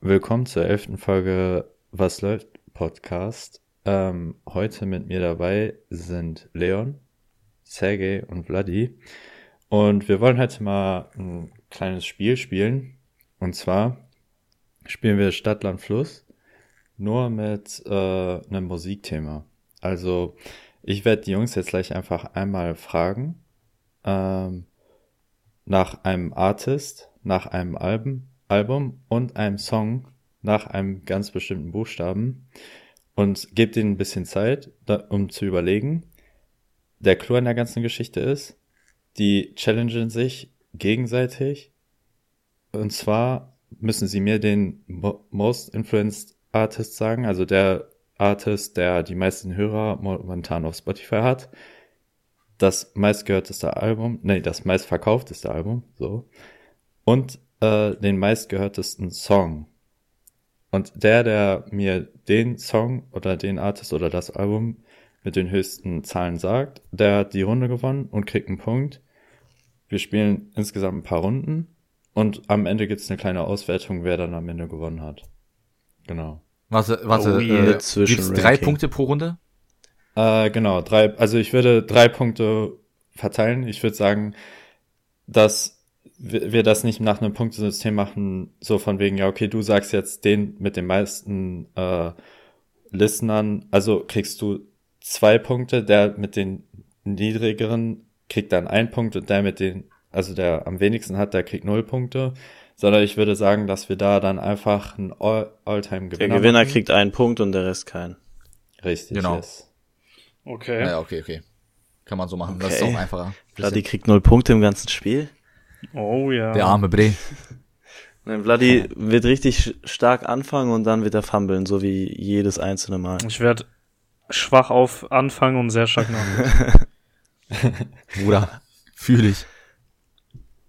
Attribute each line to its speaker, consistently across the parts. Speaker 1: Willkommen zur elften Folge Was läuft Podcast. Ähm, heute mit mir dabei sind Leon, Sergey und Vladi. Und wir wollen heute mal ein kleines Spiel spielen. Und zwar spielen wir Stadt, Land, Fluss nur mit äh, einem Musikthema. Also ich werde die Jungs jetzt gleich einfach einmal fragen ähm, nach einem Artist, nach einem Album, Album und einem Song nach einem ganz bestimmten Buchstaben und gebt ihnen ein bisschen Zeit, da, um zu überlegen. Der Clou an der ganzen Geschichte ist, die challengen sich gegenseitig und zwar müssen sie mir den Mo Most Influenced Artist sagen, also der Artist, der die meisten Hörer momentan auf Spotify hat. Das meistgehörteste Album, nee, das meistverkaufteste Album, so. Und äh, den meistgehörtesten Song. Und der, der mir den Song oder den Artist oder das Album mit den höchsten Zahlen sagt, der hat die Runde gewonnen und kriegt einen Punkt. Wir spielen insgesamt ein paar Runden und am Ende gibt es eine kleine Auswertung, wer dann am Ende gewonnen hat. Genau.
Speaker 2: Warte, warte, oh, yeah. äh, gibt's drei Punkte pro Runde?
Speaker 1: Äh, genau, drei, also ich würde drei Punkte verteilen. Ich würde sagen, dass wir, wir das nicht nach einem Punktesystem machen, so von wegen, ja, okay, du sagst jetzt den mit den meisten äh, Listenern, also kriegst du zwei Punkte, der mit den niedrigeren kriegt dann einen Punkt und der mit den, also der am wenigsten hat, der kriegt null Punkte sondern ich würde sagen, dass wir da dann einfach einen All-Time-Gewinner
Speaker 3: Der Gewinner machen. kriegt einen Punkt und der Rest keinen.
Speaker 1: Richtig,
Speaker 2: Genau.
Speaker 1: yes.
Speaker 4: Okay.
Speaker 2: Naja, okay, okay. Kann man so machen, das ist
Speaker 3: Okay.
Speaker 2: auch einfacher.
Speaker 3: Vladi kriegt null Punkte im ganzen Spiel.
Speaker 4: Oh ja.
Speaker 2: Der arme Bre.
Speaker 3: Nein, Vladi wird richtig stark anfangen und dann wird er fummeln, so wie jedes einzelne Mal.
Speaker 4: Ich werde schwach auf anfangen und sehr stark nach.
Speaker 2: Bruder, fühle ich.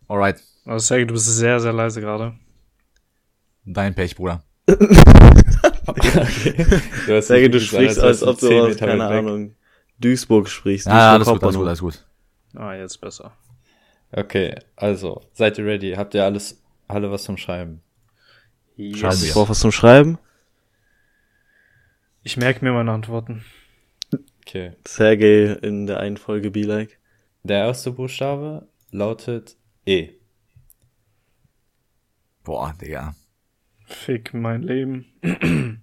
Speaker 2: Alright,
Speaker 4: Also Sergej, du bist sehr, sehr leise gerade.
Speaker 2: dein Pech, Bruder.
Speaker 1: Du hast
Speaker 3: Sage,
Speaker 1: nicht
Speaker 3: du
Speaker 1: gesagt,
Speaker 3: sprichst,
Speaker 1: als
Speaker 3: als
Speaker 1: wärst
Speaker 3: ob
Speaker 1: du
Speaker 3: du aus,
Speaker 1: 10 Meter
Speaker 3: keine
Speaker 1: weit weg.
Speaker 3: Ahnung, Duisburg sprichst.
Speaker 2: Ah, alles
Speaker 3: Duisburg
Speaker 2: gut, alles gut, alles
Speaker 3: Hauptbahnhof.
Speaker 2: gut.
Speaker 4: Ah, jetzt besser.
Speaker 1: Okay, also, seid ihr ready? Habt ihr alles, alle was zum Schreiben?
Speaker 2: Schauen
Speaker 3: Hast du
Speaker 2: wir.
Speaker 3: brauchst was zum Schreiben?
Speaker 4: Ich merke mir meine Antworten.
Speaker 1: Okay.
Speaker 3: Sergej in der einen Folge Be Like.
Speaker 1: Der erste Buchstabe lautet E.
Speaker 2: Boah, Digga.
Speaker 4: Fick mein Leben.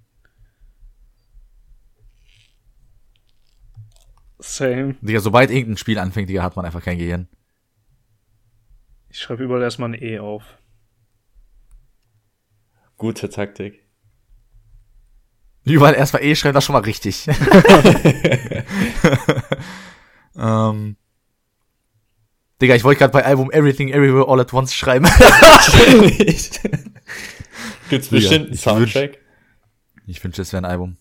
Speaker 4: Same.
Speaker 2: Digga, sobald irgendein Spiel anfängt, Digga, hat man einfach kein Gehirn.
Speaker 4: Ich schreibe überall erstmal ein E auf.
Speaker 1: Gute Taktik.
Speaker 2: Überall erstmal E schreiben, das schon mal richtig. ähm, Digga, ich wollte gerade bei Album Everything Everywhere All at Once schreiben.
Speaker 1: Gibt's
Speaker 2: Digga,
Speaker 1: bestimmt einen
Speaker 2: ich würd-
Speaker 1: Soundtrack?
Speaker 2: Ich wünschte, es wäre ein Album.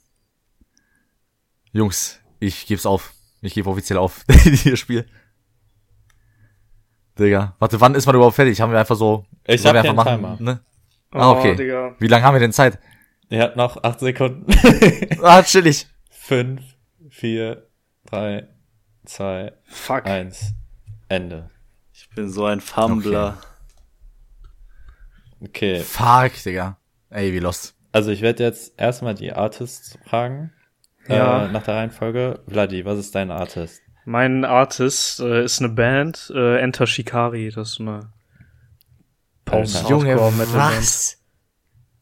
Speaker 2: Jungs, ich geb's auf. Ich gebe offiziell auf, dieses Spiel. Digga, warte, wann ist man überhaupt fertig? Haben wir einfach so.
Speaker 1: Ich
Speaker 2: sollen
Speaker 1: hab
Speaker 2: wir
Speaker 1: den
Speaker 2: einfach
Speaker 1: Timer.
Speaker 2: Ne? Ah, okay.
Speaker 4: Oh, Digga.
Speaker 2: Wie lange haben wir denn Zeit?
Speaker 1: Ihr habt noch acht Sekunden.
Speaker 2: Ah, chillig.
Speaker 1: Fünf, vier, drei, zwei,
Speaker 4: Fuck.
Speaker 1: eins. Ende.
Speaker 3: Ich bin so ein Fumbler.
Speaker 1: Okay.
Speaker 2: Fuck, Digga. Ey, wie lost.
Speaker 1: Also ich werde jetzt erstmal die Artists fragen.
Speaker 4: Ja.
Speaker 1: Äh, nach der Reihenfolge. Vladi, was ist dein Artist?
Speaker 4: Mein Artist äh, ist eine Band, äh, Enter Shikari, das ist eine
Speaker 1: Alter.
Speaker 2: Junge,
Speaker 4: Post-Hardcore-Metal-Band.
Speaker 2: was?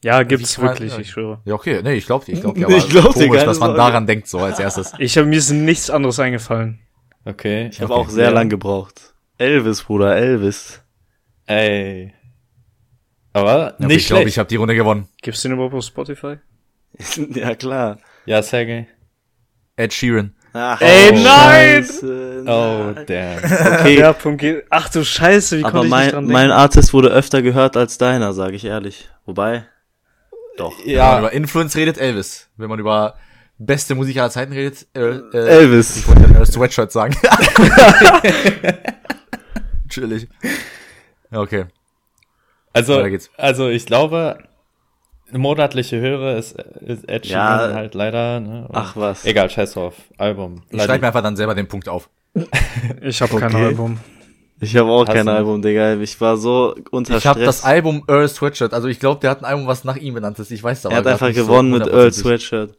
Speaker 4: Ja, gibt's
Speaker 2: kann man-
Speaker 4: wirklich, ich schwöre.
Speaker 2: Ja, okay, nee, ich glaub, dir, ich glaub, dir, aber
Speaker 3: Ich glaub dir,
Speaker 2: komisch,
Speaker 3: keine
Speaker 2: dass man
Speaker 3: Sorge.
Speaker 2: daran denkt, so als erstes.
Speaker 4: Ich habe mir ist nichts anderes eingefallen.
Speaker 1: Okay.
Speaker 3: Ich habe auch sehr lang gebraucht. Elvis, Bruder, Elvis.
Speaker 1: Ey. Aber
Speaker 2: Ja, aber
Speaker 1: nicht
Speaker 2: ich glaube,
Speaker 1: schlecht.
Speaker 2: ich habe die Runde gewonnen.
Speaker 4: Gibt's den überhaupt auf Spotify?
Speaker 3: ja, klar.
Speaker 1: Ja, Sergey.
Speaker 2: Ed Sheeran.
Speaker 3: Ach,
Speaker 4: Ey, nein!
Speaker 3: Scheiße,
Speaker 1: Oh,
Speaker 3: äh, nein.
Speaker 1: damn.
Speaker 3: Okay,
Speaker 4: Der Punkt geht. Ach du Scheiße, wie
Speaker 3: aber
Speaker 4: konnte ich nicht
Speaker 3: mein,
Speaker 4: dran
Speaker 3: mein
Speaker 4: denken?
Speaker 3: Artist wurde öfter gehört als deiner, sage ich ehrlich. Wobei, doch.
Speaker 2: Wenn man
Speaker 1: Ja,
Speaker 2: über Influence redet, Elvis. Wenn man über beste Musik aller Zeiten redet, äh, äh,
Speaker 3: Elvis.
Speaker 2: Ich wollte ja Sweatshirt sagen. Chillig. Ja, okay.
Speaker 1: also,
Speaker 2: Weiter geht's.
Speaker 1: also ich glaube, monatliche Höre ist, ist Ed
Speaker 3: Ja.
Speaker 1: Sheeran halt leider. Ne? Und-
Speaker 3: Ach was.
Speaker 1: Egal, scheiß drauf. Album.
Speaker 2: Ich schreibe mir einfach dann selber den Punkt auf.
Speaker 4: Ich habe kein
Speaker 3: Okay.
Speaker 4: Album.
Speaker 3: Ich habe auch
Speaker 2: Hast
Speaker 3: kein
Speaker 2: du-
Speaker 3: Album, Digga. Ich war so unter
Speaker 2: Ich habe
Speaker 3: Stress.
Speaker 2: das Album Earl Sweatshirt. Also ich glaube, der hat ein Album, was nach ihm benannt ist. Ich weiß da
Speaker 3: er hat
Speaker 2: grad
Speaker 3: einfach
Speaker 2: nicht so
Speaker 3: gewonnen mit Earl
Speaker 2: hundertprozentig.
Speaker 3: Sweatshirt.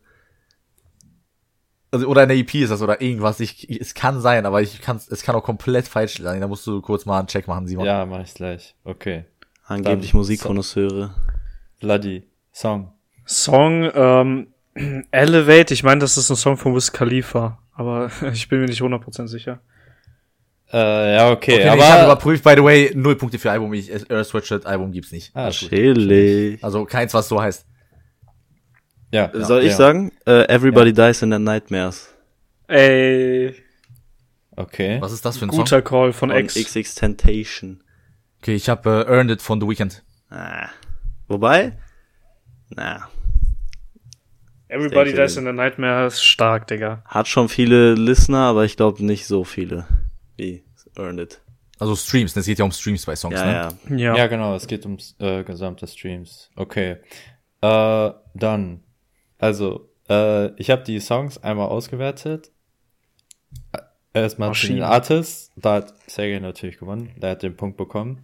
Speaker 2: Also, oder eine EP ist das oder irgendwas. Ich, es kann sein, aber ich kann es kann auch komplett falsch sein. Da musst du kurz mal einen Check machen, Simon.
Speaker 1: Ja, mach ich gleich. Okay.
Speaker 3: Angeblich
Speaker 1: Dann-
Speaker 3: Musikkonnoisseure.
Speaker 1: Vladi, Song.
Speaker 4: Song ähm, Elevate, ich meine, das ist ein Song von Wiz Khalifa, aber ich bin mir nicht 100% sicher.
Speaker 1: Äh, ja, okay,
Speaker 2: Okay, ich habe
Speaker 1: aber.
Speaker 2: überprüft, by the way, null Punkte für Album. Ich, Earl Sweatshirt Album gibt's nicht.
Speaker 1: Ah,
Speaker 3: Chillig.
Speaker 2: Also keins, was so heißt.
Speaker 1: ja,
Speaker 3: Soll ich
Speaker 1: ja.
Speaker 3: sagen? Äh, Everybody Dies in the Nightmares.
Speaker 4: Ey,
Speaker 1: Okay.
Speaker 2: Was ist das für ein Song?
Speaker 4: guter Call von
Speaker 3: Von
Speaker 4: X.
Speaker 3: XX Temptation.
Speaker 2: Okay, ich habe äh, Earned It von The Weeknd.
Speaker 3: Ah. Wobei? Na.
Speaker 4: Everybody
Speaker 3: Denke-
Speaker 4: Dies in the Nightmare ist stark, Digga.
Speaker 3: Hat schon viele Listener, aber ich glaube nicht so viele wie Earned It.
Speaker 2: Also Streams, ne? es geht ja um Streams bei Songs,
Speaker 3: Ja,
Speaker 2: ne?
Speaker 3: ja.
Speaker 4: Ja.
Speaker 1: Ja, genau, es geht ums äh, gesamte Streams. Okay. Äh, dann. Also, äh, ich habe die Songs einmal ausgewertet. Ä- Erstmal zu den
Speaker 4: Maschine.
Speaker 1: Artists. Da hat Sergei natürlich gewonnen. Der hat den Punkt bekommen.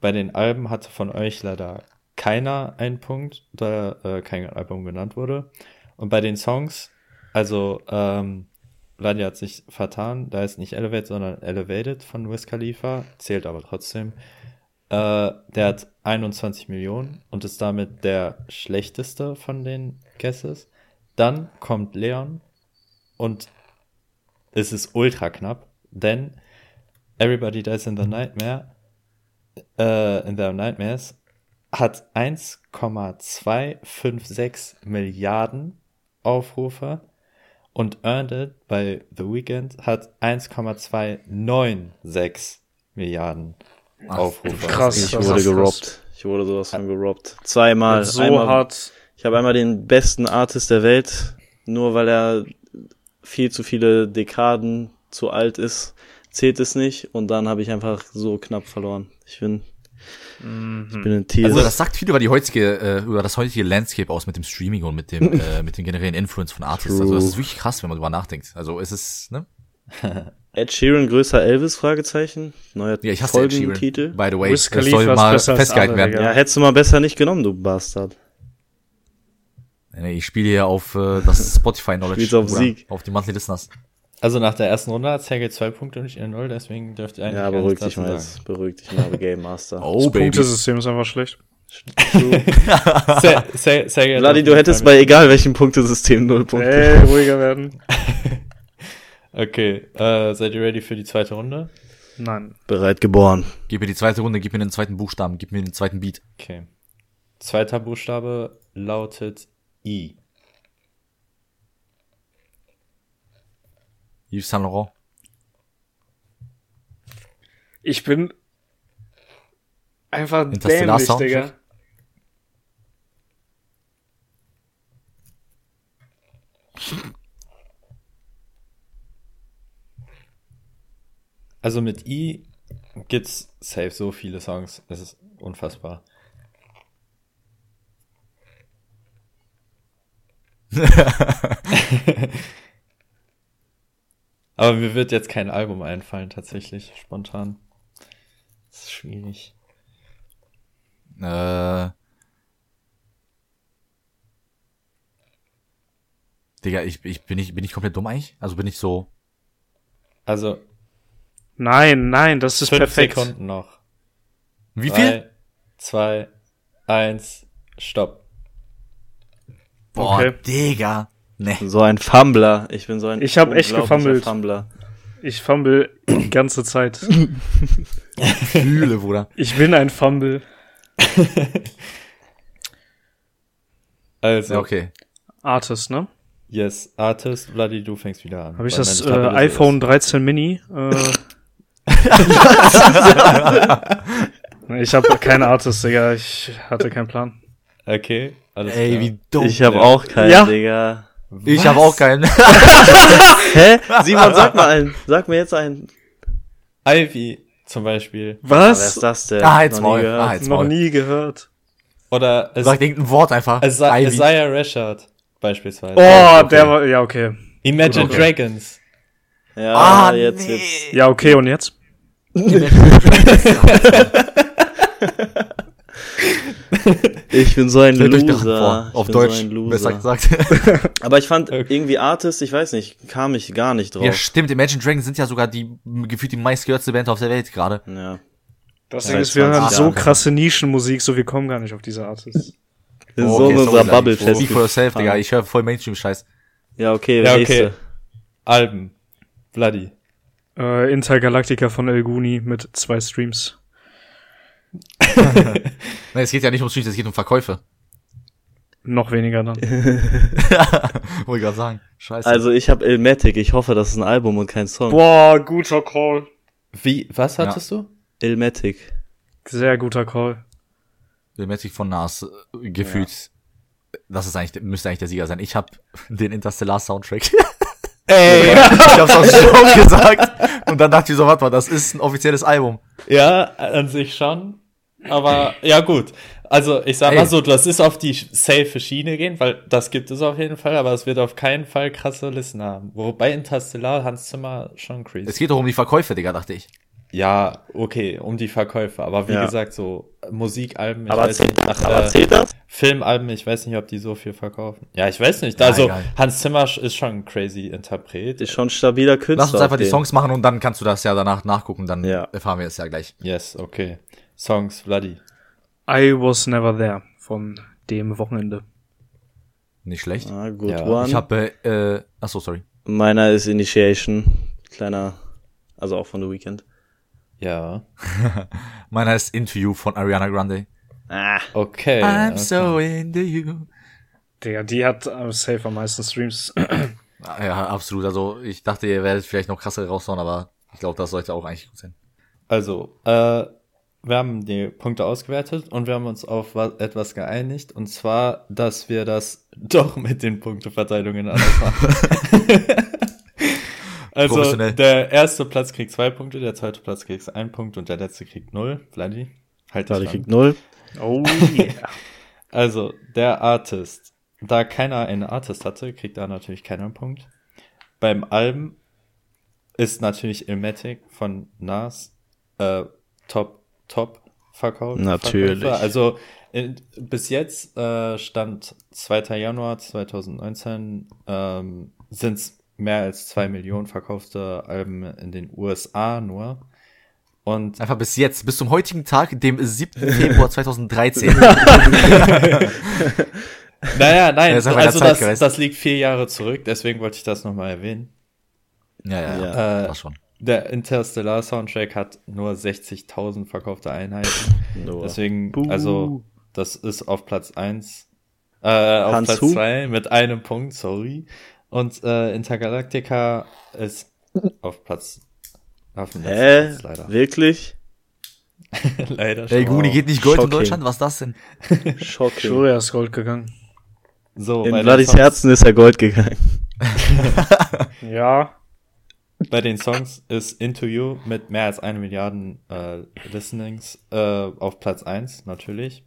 Speaker 1: Bei den Alben hatte von euch leider keiner einen Punkt, da äh, kein Album genannt wurde. Und bei den Songs, also ähm, Vladi hat sich vertan, da ist nicht Elevate, sondern Elevated von Wiz Khalifa, zählt aber trotzdem. Äh, der hat 21 Millionen und ist damit der schlechteste von den Guesses. Dann kommt Leon und es ist ultra knapp, denn Everybody Dies in the Nightmare, äh, in their Nightmares, hat 1,256 Milliarden Aufrufe und Earned It bei The Weeknd hat 1,296 Milliarden
Speaker 2: Ach,
Speaker 1: Aufrufe.
Speaker 4: krass.
Speaker 3: Ich
Speaker 4: das
Speaker 3: wurde
Speaker 4: ist krass.
Speaker 3: gerobbt. Ich wurde sowas von gerobbt. Zweimal.
Speaker 4: so
Speaker 3: einmal,
Speaker 4: hart.
Speaker 3: Ich habe einmal den besten Artist der Welt, nur weil er viel zu viele Dekaden zu alt ist, zählt es nicht. Und dann habe ich einfach so knapp verloren. Ich bin, ich bin ein Tier.
Speaker 2: Also das sagt viel über die heutige, äh, über das heutige Landscape aus mit dem Streaming und mit dem, äh, mit dem generellen Influence von Artists. Also das ist wirklich krass, wenn man drüber nachdenkt. Also es ist, ne?
Speaker 3: Ed Sheeran größer Elvis? Fragezeichen. Neuer
Speaker 2: Ja, ich hasse Ed Sheeran.
Speaker 3: Folgentitel.
Speaker 2: By the way,
Speaker 4: Wiz
Speaker 2: das
Speaker 4: Khalifa
Speaker 2: soll
Speaker 4: ist
Speaker 2: mal
Speaker 4: besser als
Speaker 2: festgehalten
Speaker 4: alle,
Speaker 2: werden.
Speaker 4: Digga.
Speaker 3: Ja, hättest du mal besser nicht genommen, du Bastard.
Speaker 2: Nee, Ich spiele hier auf äh, das Spotify-Knowledge.
Speaker 3: Spielst auf
Speaker 2: Bruder.
Speaker 3: Sieg.
Speaker 2: Auf die Monthly Listeners.
Speaker 1: Also nach der ersten Runde hat Sergei zwei Punkte und ich eine Null, deswegen dürft ihr eigentlich
Speaker 3: Ja,
Speaker 1: gar
Speaker 3: beruhig
Speaker 1: nichts
Speaker 3: dich mal
Speaker 1: dazu
Speaker 3: jetzt. Beruhig dich mal, Game Master.
Speaker 2: Oh,
Speaker 4: das Punktesystem ist einfach schlecht.
Speaker 1: sagen. Se- Se- Sergei hat
Speaker 3: Vladi,
Speaker 1: auf
Speaker 3: du
Speaker 1: jeden
Speaker 3: hättest
Speaker 1: Fall
Speaker 3: bei egal welchem Punktesystem null Punkte.
Speaker 4: Ey, ruhiger werden.
Speaker 1: mit- Okay, äh, seid ihr ready für die zweite Runde?
Speaker 4: Nein.
Speaker 3: Bereit geboren.
Speaker 2: Gib mir die zweite Runde, gib mir den zweiten Buchstaben, gib mir den zweiten Beat.
Speaker 1: Okay. Zweiter Buchstabe lautet I.
Speaker 2: Yves Saint Laurent.
Speaker 4: Ich bin einfach
Speaker 2: Interstellar
Speaker 4: dämlich,
Speaker 2: Soundtrack?
Speaker 4: Digga.
Speaker 1: Also mit I gibt's safe so viele Songs, es ist unfassbar. Aber mir wird jetzt kein Album einfallen, tatsächlich, spontan. Das ist schwierig.
Speaker 2: Äh. Digga, ich, ich bin ich bin ich komplett dumm eigentlich? Also bin ich so.
Speaker 1: Also,
Speaker 4: Nein, nein, das ist
Speaker 1: fünf
Speaker 4: perfekt.
Speaker 1: Sekunden noch.
Speaker 2: Wie viel?
Speaker 1: Drei, zwei, eins, stopp.
Speaker 2: Boah,
Speaker 4: Okay.
Speaker 2: Digga. Nee.
Speaker 3: So ein Fumbler. Ich bin so ein
Speaker 4: Ich hab echt
Speaker 3: unglaublicher
Speaker 4: gefummelt.
Speaker 3: Fumbler.
Speaker 4: Ich fumble die ganze Zeit.
Speaker 2: Fühle, Bruder.
Speaker 4: Ich bin ein Fumble.
Speaker 1: Also,
Speaker 2: Ja, okay.
Speaker 4: Artist, ne?
Speaker 1: yes, Artist, Vladi, du fängst wieder an.
Speaker 4: Habe ich
Speaker 1: weil
Speaker 4: das
Speaker 1: meine
Speaker 4: äh,
Speaker 1: Tabelle so
Speaker 4: iPhone
Speaker 1: ist.
Speaker 4: 13 Mini? Äh, Nee, ich habe keine Artist, Digga. Ich hatte keinen Plan.
Speaker 1: Okay, alles
Speaker 2: Ey,
Speaker 1: klar.
Speaker 2: wie dumm.
Speaker 3: Ich habe
Speaker 1: Ja.
Speaker 3: auch keinen,
Speaker 4: Ja.
Speaker 3: Digga.
Speaker 2: Ich habe auch keinen.
Speaker 3: Hä? Simon, sag mal einen. Sag mir jetzt einen.
Speaker 1: Ivy zum Beispiel.
Speaker 3: Wer ist
Speaker 4: Was?
Speaker 3: das denn?
Speaker 2: Ah, jetzt
Speaker 3: Noch
Speaker 2: Maul.
Speaker 3: nie gehört.
Speaker 2: Ah, jetzt
Speaker 4: Noch
Speaker 2: Maul.
Speaker 4: nie gehört.
Speaker 1: Oder es,
Speaker 2: Sag irgendein Wort einfach.
Speaker 1: Asa-
Speaker 2: Ivy.
Speaker 1: Isaiah Rashad beispielsweise.
Speaker 4: Oh, der war. Ja, okay.
Speaker 1: Imagine
Speaker 4: Gut, okay.
Speaker 1: Dragons.
Speaker 3: Ja,
Speaker 2: ah,
Speaker 3: jetzt,
Speaker 2: nee.
Speaker 3: jetzt.
Speaker 4: Ja, okay, und jetzt?
Speaker 3: Ich bin so ein
Speaker 2: Stellt euch Drachen
Speaker 3: Loser.
Speaker 2: vor,
Speaker 3: Ich
Speaker 2: auf
Speaker 3: bin
Speaker 2: Deutsch,
Speaker 3: So ein
Speaker 2: besser
Speaker 3: Loser.
Speaker 2: gesagt.
Speaker 3: Aber ich fand irgendwie Artist, ich weiß nicht, kam ich gar nicht
Speaker 2: ja,
Speaker 3: drauf.
Speaker 2: stimmt, Imagine Dragons sind ja sogar die gefühlt die meistgehörte Band auf der Welt gerade.
Speaker 3: Ja.
Speaker 4: Deswegen
Speaker 3: Seit
Speaker 4: ist, wir
Speaker 3: 20
Speaker 4: hören so
Speaker 3: Jahren.
Speaker 4: krasse Nischenmusik, so wir kommen gar nicht auf diese Artists.
Speaker 3: Wir sind
Speaker 2: Oh,
Speaker 3: so in
Speaker 2: okay,
Speaker 3: unserer
Speaker 2: sorry,
Speaker 3: Bubble
Speaker 2: Speak for yourself, Digga.
Speaker 3: festgefahren.
Speaker 2: Ich höre voll Mainstream-Scheiß.
Speaker 3: Ja, okay,
Speaker 1: Ja, okay.
Speaker 3: nächste.
Speaker 1: Alben. Bloody.
Speaker 4: Äh, Intergalactica von El Guni mit zwei Streams.
Speaker 2: Nein, es geht ja nicht um Streams, es geht um Verkäufe.
Speaker 4: Noch weniger dann.
Speaker 2: Wollte ich gerade sagen. Scheiße.
Speaker 3: Also ich habe Ilmatic, ich hoffe, das ist ein Album und kein Song.
Speaker 4: Boah, guter Call.
Speaker 1: Wie, was hattest du?
Speaker 3: Ilmatic.
Speaker 4: Sehr guter Call.
Speaker 2: Ilmatic von Nas äh, gefühlt. Das ist eigentlich, müsste eigentlich der Sieger sein. Ich habe den Interstellar Soundtrack.
Speaker 1: Ey!
Speaker 2: ich hab's aus Show gesagt. Und dann dachte ich so, warte mal, das ist ein offizielles Album.
Speaker 1: Ja, an sich schon. Aber ja, gut. Also, ich sag
Speaker 2: Ey.
Speaker 1: mal so, das ist auf die safe Schiene gehen, weil das gibt es auf jeden Fall, aber es wird auf keinen Fall krasse Listen haben. Wobei Interstellar Hans Zimmer schon crazy.
Speaker 2: Es geht doch um die Verkäufe, Digga, dachte ich.
Speaker 1: ja, okay, um die Verkäufe. Aber wie
Speaker 3: Ja.
Speaker 1: gesagt, so Musikalben, ich
Speaker 3: Aber
Speaker 1: weiß
Speaker 3: zählt,
Speaker 1: nicht,
Speaker 3: ach,
Speaker 1: ach,
Speaker 3: aber
Speaker 1: äh,
Speaker 3: zählt das?
Speaker 1: Filmalben, ich weiß nicht, ob die so viel verkaufen. Ja, ich weiß nicht.
Speaker 2: Ja,
Speaker 1: Also,
Speaker 2: egal.
Speaker 1: Hans Zimmer ist schon ein crazy Interpret.
Speaker 3: Ist schon ein stabiler Künstler.
Speaker 2: Lass uns einfach
Speaker 3: auf
Speaker 2: die
Speaker 3: den.
Speaker 2: Songs machen und dann kannst du das ja danach nachgucken. Dann
Speaker 3: Ja.
Speaker 2: erfahren wir es ja gleich.
Speaker 1: Yes, okay. Songs, Vladi.
Speaker 4: I was never there von dem Wochenende.
Speaker 2: Nicht schlecht.
Speaker 3: Ah, good
Speaker 1: Ja,
Speaker 3: one.
Speaker 2: Ich habe, äh, äh, ach so, sorry.
Speaker 3: Meiner ist Initiation. Kleiner, also auch von The Weeknd.
Speaker 1: Ja.
Speaker 2: Meiner ist Into You von Ariana Grande.
Speaker 3: Ah,
Speaker 1: Okay.
Speaker 2: I'm
Speaker 1: okay.
Speaker 2: so into you.
Speaker 4: Digga, die hat äh, safe am meisten Streams.
Speaker 2: Ah, Ja, absolut. Also ich dachte, ihr werdet vielleicht noch krassere raushauen, aber ich glaube, das sollte auch eigentlich gut sein.
Speaker 1: Also, äh, wir haben die Punkte ausgewertet und wir haben uns auf wa- etwas geeinigt. Und zwar, dass wir das doch mit den Punkteverteilungen anders machen. also,
Speaker 2: Professionell.
Speaker 1: der erste Platz kriegt zwei Punkte, der zweite Platz kriegt einen Punkt und der letzte kriegt null. Vladi, halt
Speaker 3: Vladi
Speaker 1: dich dran.
Speaker 3: kriegt null.
Speaker 4: Oh yeah.
Speaker 1: Also, der Artist. Da keiner einen Artist hatte, kriegt da natürlich keiner einen Punkt. Beim Album ist natürlich Ilmatic von Nas äh, top, top verkauft.
Speaker 3: Natürlich.
Speaker 1: Verkäufer. Also in, bis jetzt äh, stand 2. Januar 2019 ähm, sind es mehr als zwei Millionen verkaufte Alben in den USA nur. Und
Speaker 2: Einfach bis jetzt, bis zum heutigen Tag, dem 7. Februar 2013.
Speaker 1: naja, nein,
Speaker 2: Das ist aber in der
Speaker 1: also
Speaker 2: Zeit
Speaker 1: das,
Speaker 2: gewesen.
Speaker 1: das liegt vier Jahre zurück, deswegen wollte ich das nochmal erwähnen.
Speaker 2: ja, ja, ja.
Speaker 1: Äh,
Speaker 2: Das schon.
Speaker 1: Der Interstellar Soundtrack hat nur 60.000 verkaufte Einheiten.
Speaker 3: Noah.
Speaker 1: Deswegen,
Speaker 4: Buh.
Speaker 1: also, das ist auf Platz 1. Äh, auf
Speaker 3: Hans
Speaker 1: Platz
Speaker 3: Hu?
Speaker 1: 2 mit einem Punkt, sorry. Und äh, Intergalactica ist auf Platz. Auf dem
Speaker 3: Hä?
Speaker 1: letzten Platz,
Speaker 3: Wirklich?
Speaker 1: leider. leider
Speaker 2: Ey,
Speaker 1: schon.
Speaker 2: Guni geht nicht Gold
Speaker 3: Shocking.
Speaker 2: in Deutschland, was ist das denn?
Speaker 3: Schocking.
Speaker 4: Gloria ist Gold gegangen.
Speaker 1: So,
Speaker 3: In
Speaker 1: bei den,
Speaker 3: Vladis
Speaker 1: Songs,
Speaker 3: Herzen ist er Gold gegangen.
Speaker 4: Ja.
Speaker 1: bei den Songs ist Into You mit mehr als eine Milliarden äh, Listenings äh, auf Platz 1, natürlich.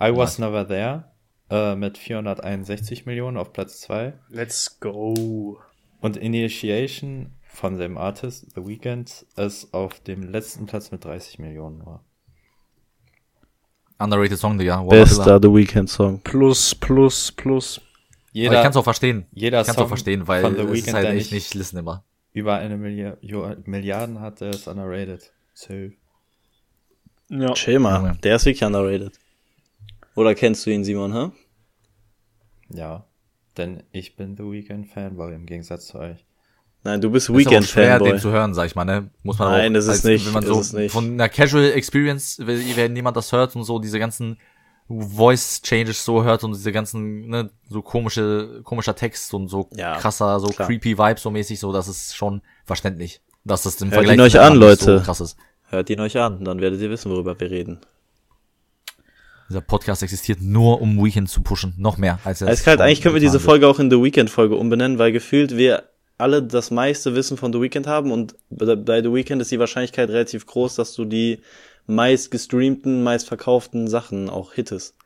Speaker 1: I Was Never There äh, mit 461 Millionen auf Platz 2.
Speaker 4: Let's go.
Speaker 1: Und Initiation von dem Artist The Weeknd ist auf dem letzten Platz mit 30 Millionen nur.
Speaker 2: Underrated Song, Digga. Wow,
Speaker 3: Bester The Weeknd Song.
Speaker 4: Plus, plus, plus.
Speaker 2: Aber ich
Speaker 1: Jeder
Speaker 2: kann es auch verstehen.
Speaker 1: jeder
Speaker 2: ich kann es
Speaker 1: Song
Speaker 2: auch verstehen, weil
Speaker 1: von The
Speaker 2: es
Speaker 1: Weeknd,
Speaker 2: ist halt
Speaker 1: der
Speaker 2: echt
Speaker 1: nicht-
Speaker 2: nicht listenable.
Speaker 1: über eine Milli Jo- Milliarden hat, der ist underrated. So.
Speaker 4: Ja.
Speaker 3: Chill mal,
Speaker 2: Junge.
Speaker 3: der ist wirklich underrated. Oder kennst du ihn, Simon, hä?
Speaker 1: Ja. Denn ich bin The Weeknd Fanboy im Gegensatz zu euch.
Speaker 3: Nein, du bist
Speaker 2: Ist aber auch schwer, den
Speaker 3: Weekend-Fanboy.
Speaker 2: zu hören, sag ich mal, ne? Muss man aber
Speaker 3: Nein,
Speaker 2: auch,
Speaker 3: ist es
Speaker 2: als-
Speaker 3: nicht,
Speaker 2: Wenn man
Speaker 3: ist
Speaker 2: so
Speaker 3: es nicht.
Speaker 2: von einer Casual Experience, wenn wenn jemand das hört und so diese ganzen Voice Changes so hört und diese ganzen, ne, so komische, komischer Text und so
Speaker 3: Ja,
Speaker 2: krasser, so
Speaker 3: klar.
Speaker 2: creepy Vibe so mäßig, so, das ist schon verständlich. Dass das im
Speaker 3: Hört
Speaker 2: Vergleich
Speaker 3: ihn euch
Speaker 2: zu anderen
Speaker 3: an,
Speaker 2: nicht
Speaker 3: Leute.
Speaker 2: so krass ist.
Speaker 3: Hört ihn euch an, dann werdet ihr wissen, worüber wir reden.
Speaker 2: Dieser Podcast existiert nur, um Weekend zu pushen. Noch mehr als er es
Speaker 3: Eiskalt,
Speaker 2: schon
Speaker 3: eigentlich können wir diese
Speaker 2: getan wird.
Speaker 3: Folge auch in The Weekend-Folge umbenennen, weil gefühlt wir alle das meiste Wissen von The Weekend haben und bei- bei The Weekend ist die Wahrscheinlichkeit relativ groß, dass du die meist gestreamten, meist verkauften Sachen auch hittest.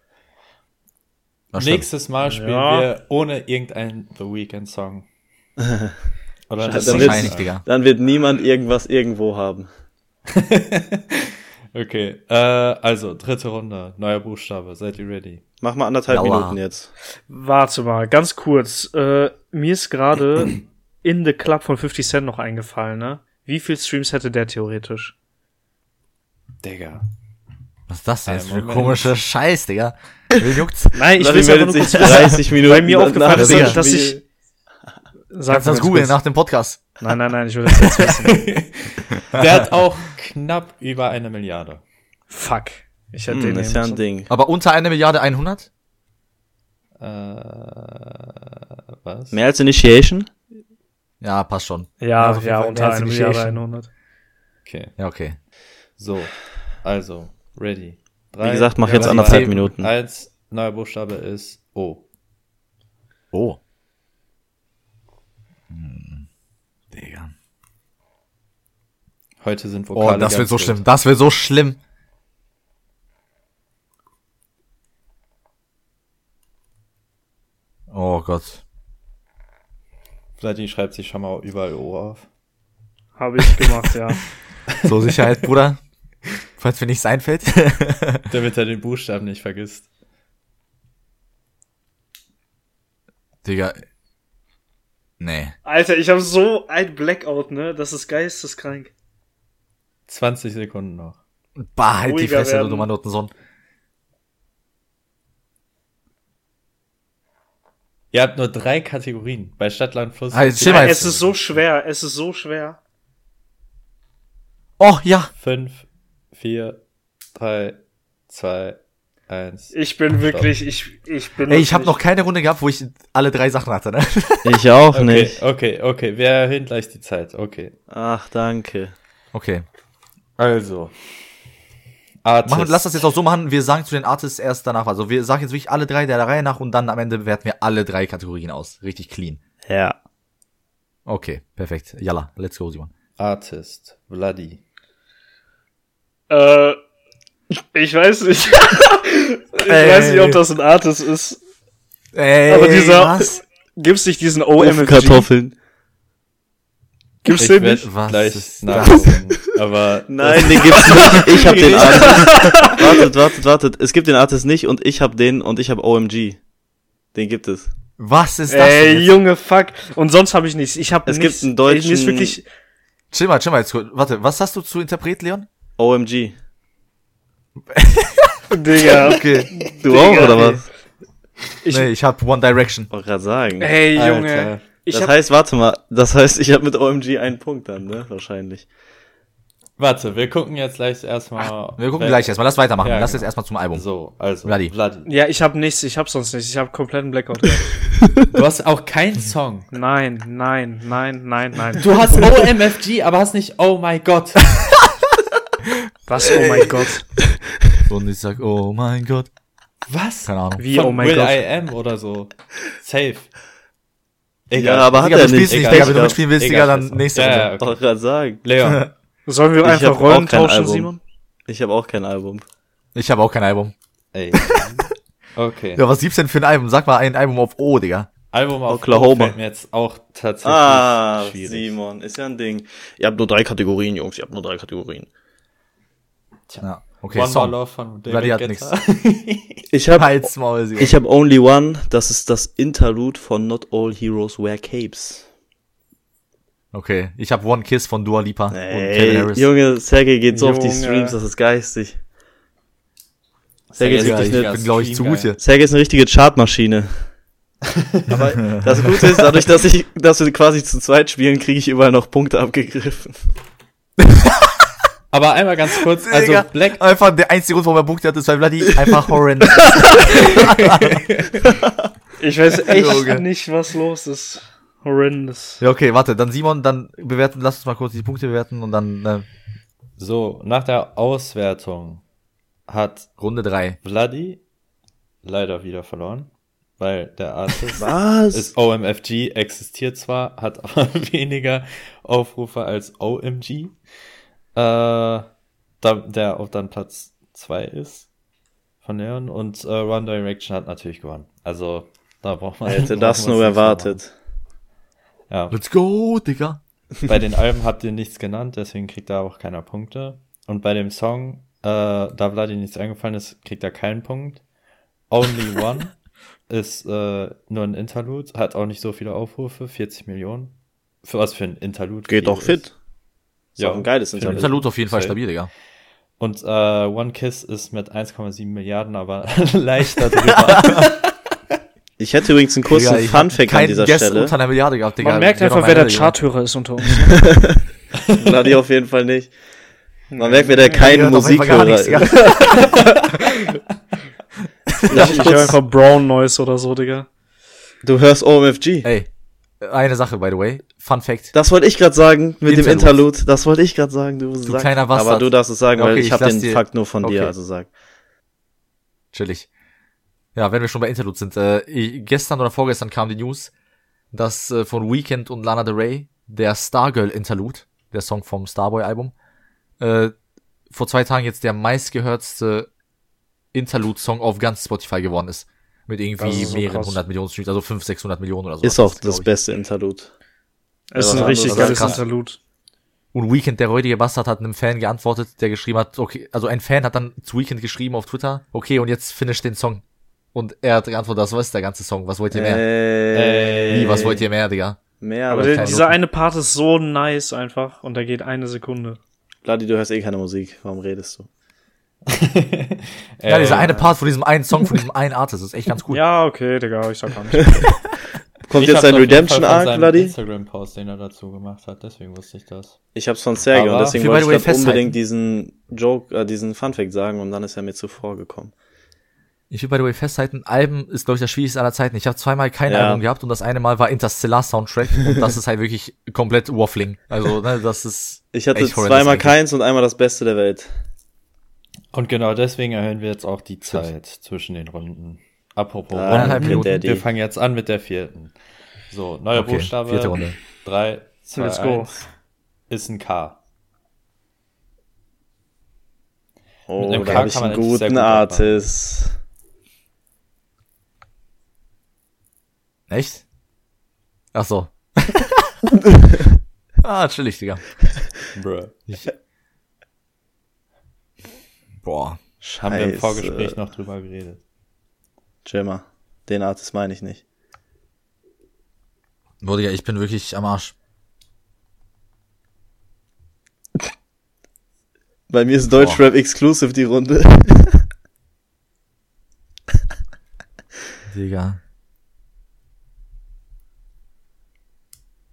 Speaker 2: Das stimmt.
Speaker 1: Nächstes Mal spielen
Speaker 4: Ja.
Speaker 1: wir ohne irgendeinen The Weeknd Song. Oder
Speaker 3: Scheiße,
Speaker 1: ein
Speaker 3: dann
Speaker 1: Song.
Speaker 2: Wahrscheinlich, Digga.
Speaker 3: Dann wird niemand irgendwas irgendwo haben.
Speaker 1: Okay, äh, also dritte Runde, neuer Buchstabe, seid ihr ready?
Speaker 3: Mach mal anderthalb
Speaker 2: Aua.
Speaker 3: Minuten jetzt.
Speaker 4: Warte mal, ganz kurz. Äh, mir ist gerade In the Club von 50 Cent noch eingefallen, ne? Wie viel Streams hätte der theoretisch?
Speaker 1: Digga.
Speaker 2: Was ist das denn jetzt für ein
Speaker 1: Moment.
Speaker 2: komischer Scheiß, Digga? Wen juckt's?
Speaker 4: Nein, ich
Speaker 3: Lass
Speaker 4: will
Speaker 3: ihn
Speaker 4: ja nur
Speaker 3: meldet
Speaker 4: kurz
Speaker 3: sich
Speaker 4: wissen.
Speaker 3: 30 Minuten.
Speaker 4: Bei mir
Speaker 3: nach
Speaker 4: aufgefallen ist,
Speaker 3: dem
Speaker 4: dass
Speaker 3: Spiel.
Speaker 4: ich. Sag
Speaker 2: Kannst du das googeln
Speaker 3: ne?
Speaker 2: nach dem Podcast?
Speaker 4: Nein, nein, nein, ich will das jetzt wissen.
Speaker 1: Der hat auch knapp über eine Milliarde.
Speaker 4: Fuck. Ich hätte
Speaker 3: Hm, das
Speaker 4: den nehmen
Speaker 3: ist ja ein
Speaker 4: müssen.
Speaker 3: Ding.
Speaker 2: Aber unter eine Milliarde 100?
Speaker 1: Äh, was?
Speaker 3: Mehr als Initiation?
Speaker 2: Ja, passt schon.
Speaker 4: Ja,
Speaker 2: auf jeden
Speaker 4: ja,
Speaker 2: Fall
Speaker 4: unter
Speaker 2: mehr als
Speaker 4: einem
Speaker 2: Initiation.
Speaker 4: Jahr 100.
Speaker 1: Okay,
Speaker 2: Ja, okay.
Speaker 1: so, also, ready. Drei,
Speaker 3: Wie gesagt, mach jetzt
Speaker 1: zwei,
Speaker 3: anderthalb Minuten.
Speaker 1: Eins, neuer Buchstabe ist O.
Speaker 2: Oh. Hm. Digga.
Speaker 1: Heute sind
Speaker 2: Oh,
Speaker 1: Vokale
Speaker 2: das
Speaker 1: ganz
Speaker 2: wird so
Speaker 1: wild.
Speaker 2: schlimm. Das wird so schlimm. Oh Gott.
Speaker 1: Vladi schreibt sich schon mal überall O auf.
Speaker 4: Habe ich gemacht, ja.
Speaker 2: So Sicherheit, Bruder. Falls mir nichts einfällt.
Speaker 1: Damit er den Buchstaben nicht vergisst.
Speaker 2: Digga. Nee.
Speaker 4: Alter, ich habe so ein Blackout, ne? Das ist geisteskrank.
Speaker 1: 20 Sekunden noch.
Speaker 2: Bah, halt die
Speaker 4: Ruhiger
Speaker 2: Fresse, du
Speaker 4: werden.
Speaker 2: dummer Notensohn.
Speaker 1: Ihr habt nur drei Kategorien. Bei Stadtland Fluss.
Speaker 2: Ah, jetzt chill mal
Speaker 4: Es
Speaker 2: jetzt.
Speaker 4: ist so schwer, es ist so schwer.
Speaker 2: Oh, ja.
Speaker 1: 5, 4, 3, 2, 1.
Speaker 4: Ich bin wirklich, ich, ich bin.
Speaker 2: Ey, ich habe
Speaker 4: wirklich-
Speaker 2: noch keine Runde gehabt, wo ich alle drei Sachen hatte, ne?
Speaker 3: Ich auch
Speaker 1: Okay,
Speaker 3: nicht.
Speaker 1: okay, okay. Wir erhöhen gleich die Zeit. Okay.
Speaker 3: Ach, danke.
Speaker 2: Okay.
Speaker 1: Also. Artist.
Speaker 2: Machen, lass das jetzt auch so machen, wir sagen zu den Artists erst danach. was. Also wir sagen jetzt wirklich alle drei der Reihe nach und dann am Ende werten wir alle drei Kategorien aus. Richtig clean.
Speaker 3: Ja.
Speaker 2: Okay, perfekt. Yalla, let's go, Simon.
Speaker 1: Artist. Vladi.
Speaker 4: Äh, ich weiß nicht. ich weiß nicht, ob das ein Artist ist.
Speaker 2: Ey,
Speaker 4: Aber dieser- Gibt's nicht diesen OMFG?
Speaker 3: Kartoffeln.
Speaker 4: Gibt's den nicht?
Speaker 1: werd
Speaker 2: Was
Speaker 1: gleich
Speaker 2: ist
Speaker 1: nachgucken. Aber.
Speaker 3: Nein, den gibt's nicht. Ich hab den Artist. Wartet, wartet, wartet. Es gibt den Artist nicht und ich hab den und ich hab OMG. Den gibt es.
Speaker 2: Was ist das?
Speaker 4: Ey,
Speaker 2: denn jetzt?
Speaker 4: Junge, fuck. Und sonst habe ich nichts. Ich habe
Speaker 3: Es gibt
Speaker 4: nichts.
Speaker 3: einen deutschen-
Speaker 4: Ey, mir Ist wirklich,
Speaker 2: Chill mal, chill mal jetzt kurz. Warte, was hast du zu Interpret, Leon?
Speaker 3: OMG.
Speaker 4: Digga.
Speaker 1: Äh,
Speaker 2: Okay.
Speaker 3: Du
Speaker 4: Digga,
Speaker 3: auch, oder
Speaker 4: ey.
Speaker 3: was?
Speaker 4: Ich-
Speaker 2: nee, ich hab One Direction.
Speaker 3: Wollte gerade sagen.
Speaker 4: Ey, Junge.
Speaker 1: Alter.
Speaker 4: Ich
Speaker 3: das
Speaker 4: hab,
Speaker 3: heißt, warte mal, das heißt, ich hab mit OMG einen Punkt dann, ne? Wahrscheinlich.
Speaker 1: Warte, wir gucken jetzt gleich erstmal.
Speaker 2: Wir gucken
Speaker 1: wer-
Speaker 2: gleich erstmal, lass weitermachen.
Speaker 1: Äh, Ja,
Speaker 2: lass
Speaker 1: genau.
Speaker 2: jetzt erstmal zum Album.
Speaker 1: So, also.
Speaker 2: Vladi.
Speaker 1: Vladi.
Speaker 4: ja, ich habe nichts. Ich habe sonst nichts. Ich habe kompletten Blackout. gehabt.
Speaker 1: Du hast auch keinen Song.
Speaker 4: nein, nein, nein, nein, nein.
Speaker 1: Du hast OMFG, aber hast nicht Oh my God.
Speaker 4: Was? Oh mein Gott.
Speaker 2: Und ich sag, oh mein Gott.
Speaker 1: Was?
Speaker 2: Keine Ahnung.
Speaker 4: Wie?
Speaker 1: Von
Speaker 4: oh mein
Speaker 1: Will
Speaker 4: Gott.
Speaker 1: I Am oder so. Safe. Egal.
Speaker 3: Ja, aber hat
Speaker 2: Digga,
Speaker 3: er
Speaker 2: du
Speaker 3: nicht.
Speaker 2: spielst nicht,
Speaker 1: Egal,
Speaker 2: Digga. Wenn du
Speaker 1: egal.
Speaker 2: mitspielen willst, Digga,
Speaker 1: Egal,
Speaker 2: dann
Speaker 1: scheiße.
Speaker 2: nächste
Speaker 1: Ja,
Speaker 2: Runde.
Speaker 1: ja,
Speaker 3: Ich wollte gerade sagen.
Speaker 1: Leon.
Speaker 4: Sollen wir
Speaker 3: Ich
Speaker 4: einfach
Speaker 3: hab
Speaker 4: Rollen
Speaker 3: auch kein
Speaker 4: tauschen,
Speaker 3: Album.
Speaker 4: Simon?
Speaker 3: Ich habe auch kein Album.
Speaker 2: Ich habe auch kein Album.
Speaker 1: Ey. Okay.
Speaker 2: Ja, was gibt's denn für ein Album? Sag mal ein Album auf O, Digga.
Speaker 1: Album auf
Speaker 3: Oklahoma.
Speaker 1: fällt mir jetzt auch tatsächlich
Speaker 3: Ah,
Speaker 1: schwierig.
Speaker 3: Simon, ist ja ein Ding. Ihr habt nur drei Kategorien, Jungs, ihr habt nur drei Kategorien.
Speaker 2: Ja. Okay,
Speaker 1: One More
Speaker 2: Song.
Speaker 1: Love von David
Speaker 2: Vladi hat
Speaker 1: Guetta.
Speaker 3: Ich habe
Speaker 4: Halt.
Speaker 2: Halt's Maul, Digga.
Speaker 3: ich hab Only One, das ist das Interlude von Not All Heroes Wear Capes.
Speaker 2: Okay, ich habe One Kiss von Dua Lipa und Calvin
Speaker 3: Ey,
Speaker 2: Harris.
Speaker 3: Junge, Sergei geht so auf die
Speaker 4: Junge.
Speaker 3: Streams, das ist geistig.
Speaker 1: Digga,
Speaker 3: Sergei ist,
Speaker 2: Digga, ich
Speaker 3: richtig eine,
Speaker 2: bin, glaube ich, zu
Speaker 1: Stream
Speaker 2: gut hier.
Speaker 3: Sergei ist eine richtige Chartmaschine. Aber das Gute ist, dadurch, dass ich, dass wir quasi zu zweit spielen, kriege ich überall noch Punkte abgegriffen.
Speaker 1: Aber einmal ganz kurz, also
Speaker 2: Digga,
Speaker 1: Black
Speaker 2: Einfach der einzige Grund, warum er Punkte hat, ist, weil Vladi einfach horrend.
Speaker 4: Ich weiß echt
Speaker 2: Junge.
Speaker 4: nicht, was los ist. Horrendous.
Speaker 2: ja, okay, warte, dann Simon, dann bewerten, lass uns mal kurz die Punkte bewerten und dann äh,
Speaker 1: So, nach der Auswertung hat
Speaker 2: Runde drei.
Speaker 1: Vladi leider wieder verloren, weil der Artist
Speaker 3: Was?
Speaker 1: ist OMFG, existiert zwar, hat aber weniger Aufrufe als OMG, äh, da, der auch dann Platz zwei ist von Leon und äh, One Direction hat natürlich gewonnen. Also, da braucht man
Speaker 3: Hätte
Speaker 1: braucht
Speaker 3: das
Speaker 1: man
Speaker 3: nur
Speaker 1: was nichts mehr
Speaker 3: erwartet.
Speaker 1: machen.
Speaker 2: Let's go, Digga.
Speaker 1: Bei den Alben habt ihr nichts genannt, deswegen kriegt da auch keiner Punkte. Und bei dem Song, äh, da Vladi nichts eingefallen ist, kriegt er keinen Punkt. Only One ist äh, nur ein Interlude, hat auch nicht so viele Aufrufe, 40 Millionen. Für was für ein Interlude?
Speaker 3: Geht
Speaker 1: viel
Speaker 3: doch fit. Ist
Speaker 1: Ja,
Speaker 3: auch ein geiles
Speaker 1: finde
Speaker 3: Interview.
Speaker 1: ich.
Speaker 2: Salut auf jeden Fall
Speaker 1: Safe.
Speaker 2: stabil, Digga.
Speaker 1: Und äh, One Kiss ist mit 1,7 Milliarden, aber leicht darüber.
Speaker 3: Ich hätte übrigens einen kurzen
Speaker 2: Digga, ich hab
Speaker 3: Funfact an
Speaker 2: keinen
Speaker 3: dieser
Speaker 2: Guest
Speaker 3: Stelle.
Speaker 2: unter einer Milliarde gehabt, Digga.
Speaker 4: Man merkt
Speaker 2: Geh doch
Speaker 4: einfach,
Speaker 2: mal
Speaker 4: wer der
Speaker 2: weiter,
Speaker 4: Charthörer ist unter uns.
Speaker 3: Vladi auf jeden Fall nicht. Man merkt, wer der
Speaker 2: Digga.
Speaker 3: kein
Speaker 2: Ihr hört auf jeden Fall gar
Speaker 3: Musikhörer ist.
Speaker 2: nichts, Digga.
Speaker 3: Lass
Speaker 4: Ich
Speaker 3: mich
Speaker 4: höre
Speaker 3: kurz-
Speaker 4: einfach Brown Noise oder so, Digga.
Speaker 3: Du hörst OMFG.
Speaker 2: Ey, eine Sache, by the way. Fun Fact.
Speaker 3: Das wollte ich gerade sagen mit dem
Speaker 2: Interlude.
Speaker 3: Interlude. Das wollte ich gerade sagen. Du, du
Speaker 2: kleiner Bastard.
Speaker 3: Aber du darfst es sagen, weil
Speaker 2: Okay,
Speaker 3: ich
Speaker 2: ich
Speaker 3: habe
Speaker 2: lass
Speaker 3: den
Speaker 2: dir-
Speaker 3: Fakt nur von dir.
Speaker 2: Okay.
Speaker 3: Also sag.
Speaker 2: Chillig. Ja, wenn wir schon bei Interludes sind. Äh, ich- gestern oder vorgestern kam die News, dass äh, von Weekend und Lana Del Rey der Stargirl Interlude, der Song vom Starboy-Album, äh, vor zwei Tagen jetzt der meistgehörtste Interlude-Song auf ganz Spotify geworden ist. Mit
Speaker 4: Das
Speaker 2: irgendwie
Speaker 4: ist so
Speaker 2: mehreren
Speaker 4: krass.
Speaker 2: hundert Millionen Streams, also 500, 600 Millionen oder so.
Speaker 3: Ist auch
Speaker 2: Das glaub
Speaker 3: das
Speaker 2: ich.
Speaker 3: beste Interlude.
Speaker 4: Es ist
Speaker 3: Ja,
Speaker 4: ein richtig
Speaker 3: das
Speaker 2: ist
Speaker 4: geiles
Speaker 2: krass.
Speaker 4: Interlude.
Speaker 2: Und Weekend, der räudige Bastard, hat einem Fan geantwortet, der geschrieben hat, okay, also ein Fan hat dann zu Weekend geschrieben auf Twitter, okay, und jetzt finish den Song. Und er hat geantwortet, das ist der ganze Song, was wollt ihr mehr?
Speaker 3: Ey.
Speaker 2: Wie, was wollt ihr mehr, Digga?
Speaker 3: Äh, Mehr,
Speaker 4: Aber
Speaker 3: aber
Speaker 2: der-
Speaker 4: der,
Speaker 2: kein
Speaker 4: dieser
Speaker 2: Locken.
Speaker 4: eine Part ist so nice einfach und da geht eine Sekunde.
Speaker 3: Vladi, du hörst eh keine Musik. Warum redest du?
Speaker 1: äh,
Speaker 2: Ja, dieser eine Part von diesem einen Song, von diesem einen Artist, ist echt ganz cool.
Speaker 4: Ja, okay, Digga, ich sag gar nicht.
Speaker 3: Kommt jetzt dein Redemption Arc, Vladi?
Speaker 1: Instagram-Post, den er dazu gemacht hat, deswegen wusste ich das.
Speaker 3: Ich hab's von Sergio und
Speaker 1: Aber-
Speaker 3: deswegen
Speaker 2: Für by
Speaker 3: wollte
Speaker 2: the
Speaker 3: ich
Speaker 2: way
Speaker 3: grad
Speaker 2: festhalten.
Speaker 3: unbedingt diesen Joke, äh, diesen Funfact sagen und dann ist er mir zuvor gekommen.
Speaker 2: Ich will by the way festhalten, Alben ist, glaube ich, das schwierigste aller Zeiten. Ich habe zweimal kein
Speaker 3: Ja.
Speaker 2: Album gehabt und das eine Mal war Interstellar Soundtrack und das ist halt wirklich komplett Waffling. Also, ne, das ist.
Speaker 3: Ich hatte
Speaker 2: echt horrendous
Speaker 3: zweimal
Speaker 2: eigentlich.
Speaker 3: keins und einmal das Beste der Welt.
Speaker 1: Und genau deswegen erhöhen wir jetzt auch die Zeit zwischen den Runden. Apropos
Speaker 3: Ah,
Speaker 2: eineinhalb
Speaker 1: Runden,
Speaker 2: Minuten.
Speaker 1: wir
Speaker 3: Daddy.
Speaker 1: fangen jetzt an mit der vierten. So, neuer
Speaker 2: Okay,
Speaker 1: Buchstabe.
Speaker 2: vierte Runde.
Speaker 1: Drei, zwei,
Speaker 4: Let's go.
Speaker 1: eins. Ist ein K. Mit
Speaker 3: Oh,
Speaker 1: einem
Speaker 3: da
Speaker 1: K
Speaker 3: hab ich
Speaker 1: kann
Speaker 3: einen
Speaker 1: man eigentlich sehr
Speaker 3: guten
Speaker 1: gut
Speaker 3: Artist.
Speaker 2: Echt? Ach so. ah, chillig, Digga.
Speaker 1: Bruh.
Speaker 2: Boah.
Speaker 3: Scheiße.
Speaker 1: Haben wir im Vorgespräch noch drüber geredet.
Speaker 3: Gemma. Den Artist meine ich nicht.
Speaker 2: Boah, Digga, ich bin wirklich am Arsch.
Speaker 3: Bei mir ist Deutschrap Exclusive die Runde.
Speaker 2: Digga.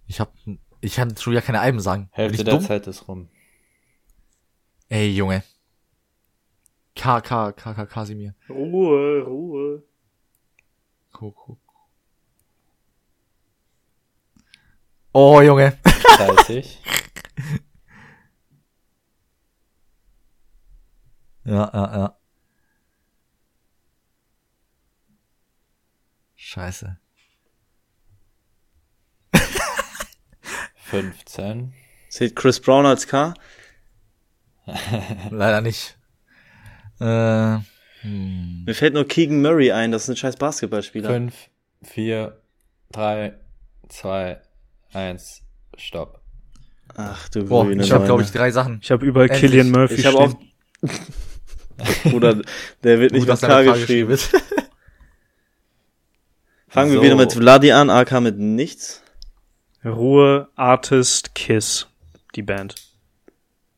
Speaker 2: Ich hab, ich kann schon wieder keine Alben sagen. Bin
Speaker 1: Hälfte
Speaker 2: ich
Speaker 1: der
Speaker 2: dumm?
Speaker 1: Zeit ist rum.
Speaker 2: Ey, Junge. K, K, K, K, Kasimir.
Speaker 4: Ruhe, Ruhe.
Speaker 2: Ko, ko, ko. Oh, Junge.
Speaker 1: 30.
Speaker 2: Ja, ja, ja. Scheiße.
Speaker 1: 15.
Speaker 3: Zählt Chris Brown als K?
Speaker 2: Leider nicht. Äh, hm.
Speaker 3: Mir fällt nur Keegan Murray ein, das ist ein scheiß Basketballspieler.
Speaker 1: 5, 4, 3, 2, 1. Stopp.
Speaker 3: Ach du
Speaker 2: Boah,
Speaker 3: grüne
Speaker 2: ich habe, glaube
Speaker 3: Neune.
Speaker 2: ich, drei Sachen.
Speaker 4: Ich habe überall
Speaker 2: Endlich.
Speaker 4: Killian Murphy
Speaker 3: Ich habe auch. Bruder, der wird nicht
Speaker 2: Gut, dass
Speaker 3: mit K
Speaker 2: deine Frage
Speaker 3: geschrieben.
Speaker 2: ist.
Speaker 3: Fangen
Speaker 1: So.
Speaker 3: wir wieder mit Vladi an, AK mit nichts.
Speaker 4: stehen. Ruhe, Artist, Kiss. Die Band.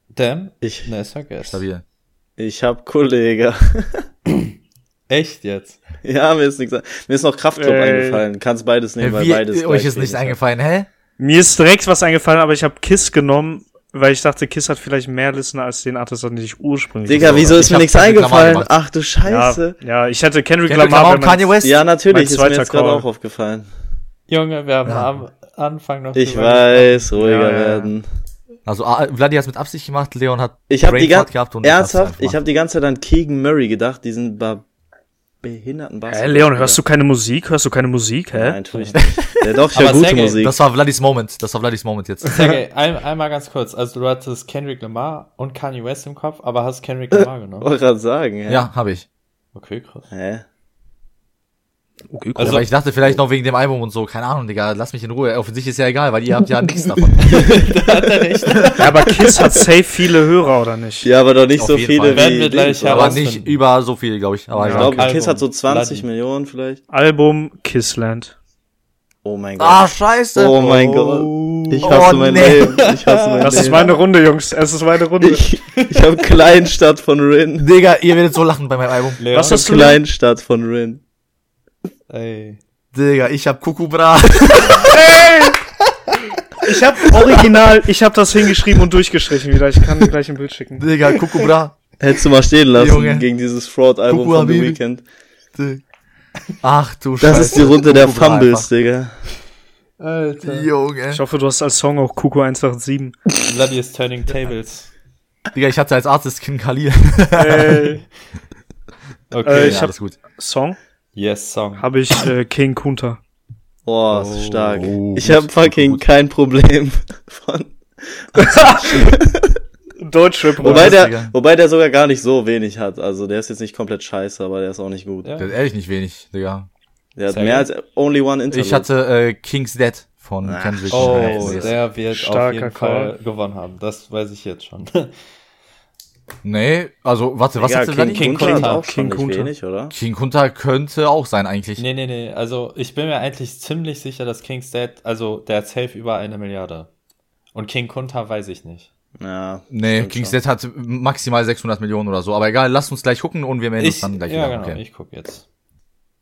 Speaker 1: Damn.
Speaker 3: Ich,
Speaker 1: Ne, ist vergessen.
Speaker 2: Stabil.
Speaker 3: ich hab Kollege.
Speaker 1: Echt jetzt?
Speaker 3: Ja, mir ist nichts. an- Mir ist noch Kraftclub
Speaker 4: Ey.
Speaker 3: eingefallen. Kannst beides nehmen, weil
Speaker 2: Wie,
Speaker 3: beides.
Speaker 2: euch
Speaker 3: gleich
Speaker 2: ist nicht
Speaker 3: wenig
Speaker 2: eingefallen, hä?
Speaker 4: Mir ist direkt was eingefallen, aber ich habe Kiss genommen, weil ich dachte, Kiss hat vielleicht mehr Listener als den Artist, den ich
Speaker 3: hat.
Speaker 4: ursprünglich
Speaker 3: Digga,
Speaker 4: genommen
Speaker 3: wieso ist
Speaker 2: Ich
Speaker 3: mir
Speaker 2: hab
Speaker 3: nichts
Speaker 2: Kendrick Lamar
Speaker 3: eingefallen?
Speaker 2: gemacht.
Speaker 3: Ach du Scheiße.
Speaker 4: habe. Ja, ich hätte Kendrick
Speaker 2: Kendrick
Speaker 4: Lamar,
Speaker 2: Lamar
Speaker 4: wenn
Speaker 2: und
Speaker 4: man-
Speaker 2: Kanye West?
Speaker 3: Ja, natürlich, ist mir
Speaker 4: zweiter
Speaker 3: jetzt gerade
Speaker 4: Call.
Speaker 3: auch aufgefallen.
Speaker 1: Junge, wir haben
Speaker 2: Ja.
Speaker 1: am Anfang noch
Speaker 3: Ich
Speaker 1: drüber
Speaker 3: weiß, ruhiger
Speaker 4: Ja, ja, ja.
Speaker 3: werden.
Speaker 2: Also, ah, Vladi hat's mit Absicht gemacht, Leon hat
Speaker 3: Ich habe die
Speaker 2: Brainfart
Speaker 3: ganze
Speaker 2: gehabt und ich hab's
Speaker 3: ernsthaft,
Speaker 2: einfach
Speaker 3: ich habe die ganze Zeit an Keegan Murray gedacht, diesen ba- behinderten
Speaker 4: Hä,
Speaker 3: Basketball.
Speaker 4: Leon, hörst du keine Musik? Hörst du keine Musik, hä?
Speaker 3: Nein, tue ich nicht. Der doch ich hör
Speaker 1: Aber
Speaker 3: gute
Speaker 1: Sergej,
Speaker 3: Musik.
Speaker 2: Das war Vladis Moment. Das war Vladis Moment jetzt.
Speaker 1: Sergej, ein, einmal ganz kurz. Also du hattest Kendrick Lamar und Kanye West im Kopf, aber hast
Speaker 4: Äh.
Speaker 1: Kendrick Lamar genommen.
Speaker 3: wollte gerade sagen. Ja.
Speaker 2: Ja, habe ich.
Speaker 1: Okay, krass.
Speaker 3: Hä?
Speaker 1: Okay,
Speaker 2: Also,
Speaker 1: also,
Speaker 2: aber ich dachte vielleicht noch wegen dem Album und so, keine Ahnung, Digga, lass mich in Ruhe. Auf sich ist ja egal, weil ihr habt ja nichts davon.
Speaker 4: Ja, aber Kiss hat safe viele Hörer, oder nicht?
Speaker 3: Ja, aber doch nicht
Speaker 2: Auf
Speaker 3: so
Speaker 2: jeden
Speaker 3: viele
Speaker 2: Fall.
Speaker 3: wie
Speaker 1: Werden wir gleich
Speaker 3: Dings, oder?
Speaker 2: aber
Speaker 1: herausfinden.
Speaker 2: nicht über so viel, glaube ich. Aber
Speaker 3: Ich
Speaker 2: ja.
Speaker 3: glaube,
Speaker 1: okay.
Speaker 3: Kiss hat so 20
Speaker 1: Laden.
Speaker 3: Millionen vielleicht.
Speaker 4: Album Kissland.
Speaker 3: Oh mein Gott.
Speaker 2: Ah, scheiße.
Speaker 3: oh mein Gott. Ich
Speaker 2: Oh,
Speaker 3: hasse mein
Speaker 2: nee.
Speaker 3: Leben. Ich hasse mein
Speaker 4: Das
Speaker 3: Leben.
Speaker 4: ist meine Runde, Jungs. Es ist meine Runde.
Speaker 3: Ich, ich habe Kleinstadt von Rin.
Speaker 2: Digga, ihr werdet so lachen bei meinem Album.
Speaker 1: Leon,
Speaker 4: Was hast du? denn?
Speaker 3: Kleinstadt von Rin.
Speaker 1: ey.
Speaker 2: Digga, ich hab Kukubra.
Speaker 4: Ich hab original, ich hab das hingeschrieben und durchgestrichen wieder. Ich kann dir gleich ein Bild schicken.
Speaker 2: Digga, Kukubra.
Speaker 3: Hättest du mal stehen lassen
Speaker 2: Junge.
Speaker 3: gegen dieses Fraud-Album
Speaker 2: Kuku
Speaker 3: von The
Speaker 2: Habibi.
Speaker 3: Weeknd.
Speaker 2: Dig- Ach du
Speaker 3: Das
Speaker 2: Scheiße.
Speaker 3: ist die Runde der
Speaker 2: Kukubra
Speaker 3: Fumbles, Digga.
Speaker 2: einfach.
Speaker 1: Alter.
Speaker 2: Junge.
Speaker 4: Ich hoffe, du hast als Song auch Kuku 187.
Speaker 1: Bloody is turning tables.
Speaker 2: Digga, ich hatte als Artist Kim Khalil.
Speaker 4: Äh,
Speaker 1: Okay.
Speaker 4: Äh, ich
Speaker 2: ja,
Speaker 4: hab-
Speaker 2: alles gut.
Speaker 4: Song
Speaker 1: yes, Song.
Speaker 4: habe ich äh, King Kunta.
Speaker 3: Oh, ist stark.
Speaker 2: Oh,
Speaker 3: ich
Speaker 2: gut,
Speaker 3: habe fucking
Speaker 2: gut, gut.
Speaker 3: kein Problem von.
Speaker 4: Deutschrap.
Speaker 3: Wobei
Speaker 2: das,
Speaker 3: der,
Speaker 2: Digga.
Speaker 3: wobei der sogar gar nicht so wenig hat. Also der ist jetzt nicht komplett scheiße, aber der ist auch nicht gut.
Speaker 1: Ja.
Speaker 2: Das ist ehrlich nicht wenig, Digga.
Speaker 3: Der hat
Speaker 1: Sehr
Speaker 3: mehr als
Speaker 1: gut.
Speaker 3: Only One Interlude.
Speaker 2: Ich hatte äh, King's Dead von
Speaker 3: Ach,
Speaker 2: Kendrick.
Speaker 1: Oh,
Speaker 2: Lamar.
Speaker 1: der wird auf
Speaker 4: Starker
Speaker 1: jeden
Speaker 4: Call.
Speaker 1: Fall gewonnen haben. Das weiß ich jetzt schon.
Speaker 2: Nee, also warte, was
Speaker 3: ja,
Speaker 2: hatte
Speaker 3: King,
Speaker 1: King
Speaker 2: King,
Speaker 3: King Kunta hat
Speaker 1: Kunta.
Speaker 3: auch schon
Speaker 4: King
Speaker 3: nicht
Speaker 4: Kunta.
Speaker 3: wenig, oder?
Speaker 2: King Kunta könnte auch sein eigentlich.
Speaker 1: nee, nee, nee. Also, ich bin mir eigentlich ziemlich sicher, dass King's Dead, also, der hat safe über eine Milliarde. Und King Kunta weiß ich nicht.
Speaker 3: Ja.
Speaker 2: Nee,
Speaker 3: stimmt
Speaker 2: King's
Speaker 3: schon.
Speaker 2: Dead hat maximal 600 Millionen oder so. Aber egal, lasst uns gleich gucken und wir melden uns
Speaker 1: Ich,
Speaker 2: dann gleich
Speaker 1: ja,
Speaker 2: wieder.
Speaker 1: genau,
Speaker 2: okay.
Speaker 1: ich guck jetzt.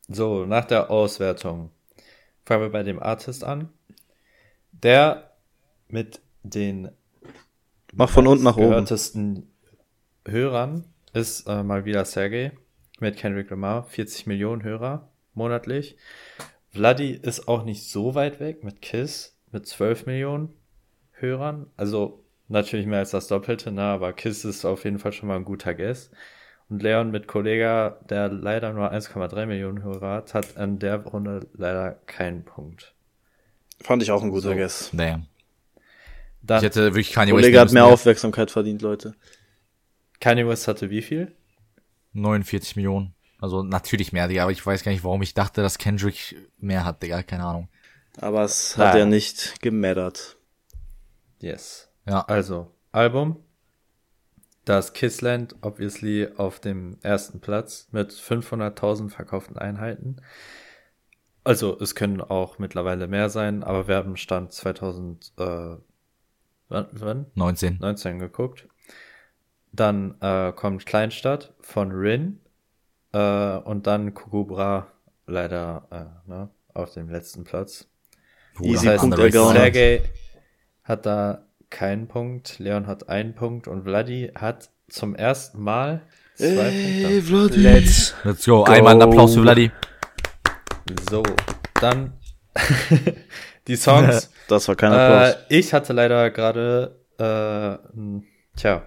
Speaker 1: So, nach der Auswertung fangen wir bei dem Artist an, der mit den
Speaker 3: Mach von unten nach oben.
Speaker 1: gehörtesten Hörern ist äh, mal wieder Sergey mit Kendrick Lamar, 40 Millionen Hörer monatlich. Vladi ist auch nicht so weit weg mit Kiss mit 12 Millionen Hörern. Also natürlich mehr als das Doppelte, ne? aber Kiss ist auf jeden Fall schon mal ein guter Guess. Und Leon mit Kollega, der leider nur 1,3 Millionen Hörer hat, hat an der Runde leider keinen Punkt.
Speaker 3: Fand ich auch ein guter
Speaker 1: So.
Speaker 3: Guess.
Speaker 2: Damn.
Speaker 1: Dann
Speaker 2: Ich hätte wirklich Kanye West
Speaker 3: Kollege
Speaker 2: nehmen
Speaker 3: hat mehr
Speaker 2: müssen.
Speaker 3: Aufmerksamkeit verdient, Leute.
Speaker 1: Kanye West hatte wie viel?
Speaker 2: 49 Millionen. Also natürlich mehr, Digga. Aber ich weiß gar nicht, warum ich dachte, dass Kendrick mehr hat, Digga. Keine Ahnung.
Speaker 3: Aber es hat
Speaker 1: Nein.
Speaker 3: ja nicht gemattert.
Speaker 1: Yes.
Speaker 2: Ja.
Speaker 1: Also, Album. Das Kissland, obviously, auf dem ersten Platz mit 500.000 verkauften Einheiten. Also, es können auch mittlerweile mehr sein, aber wir haben Stand 2000, äh, wann, wann?
Speaker 2: 19.
Speaker 1: 19 geguckt. Dann äh, kommt Kleinstadt von Rin äh, und dann Kugubra leider äh, ne, auf dem letzten Platz.
Speaker 2: Bruder,
Speaker 3: Easy
Speaker 2: underrated.
Speaker 3: Punkt ergaunert. Gaunert.
Speaker 1: Sergej hat da keinen Punkt, Leon hat einen Punkt und Vladi hat zum ersten Mal zwei Punkte.
Speaker 4: Let's.
Speaker 2: Let's go. Einmal einen Applaus für Vladi.
Speaker 1: So, dann die Songs.
Speaker 3: Das war kein
Speaker 1: äh,
Speaker 3: Applaus.
Speaker 1: ich hatte leider gerade, äh, m, tja,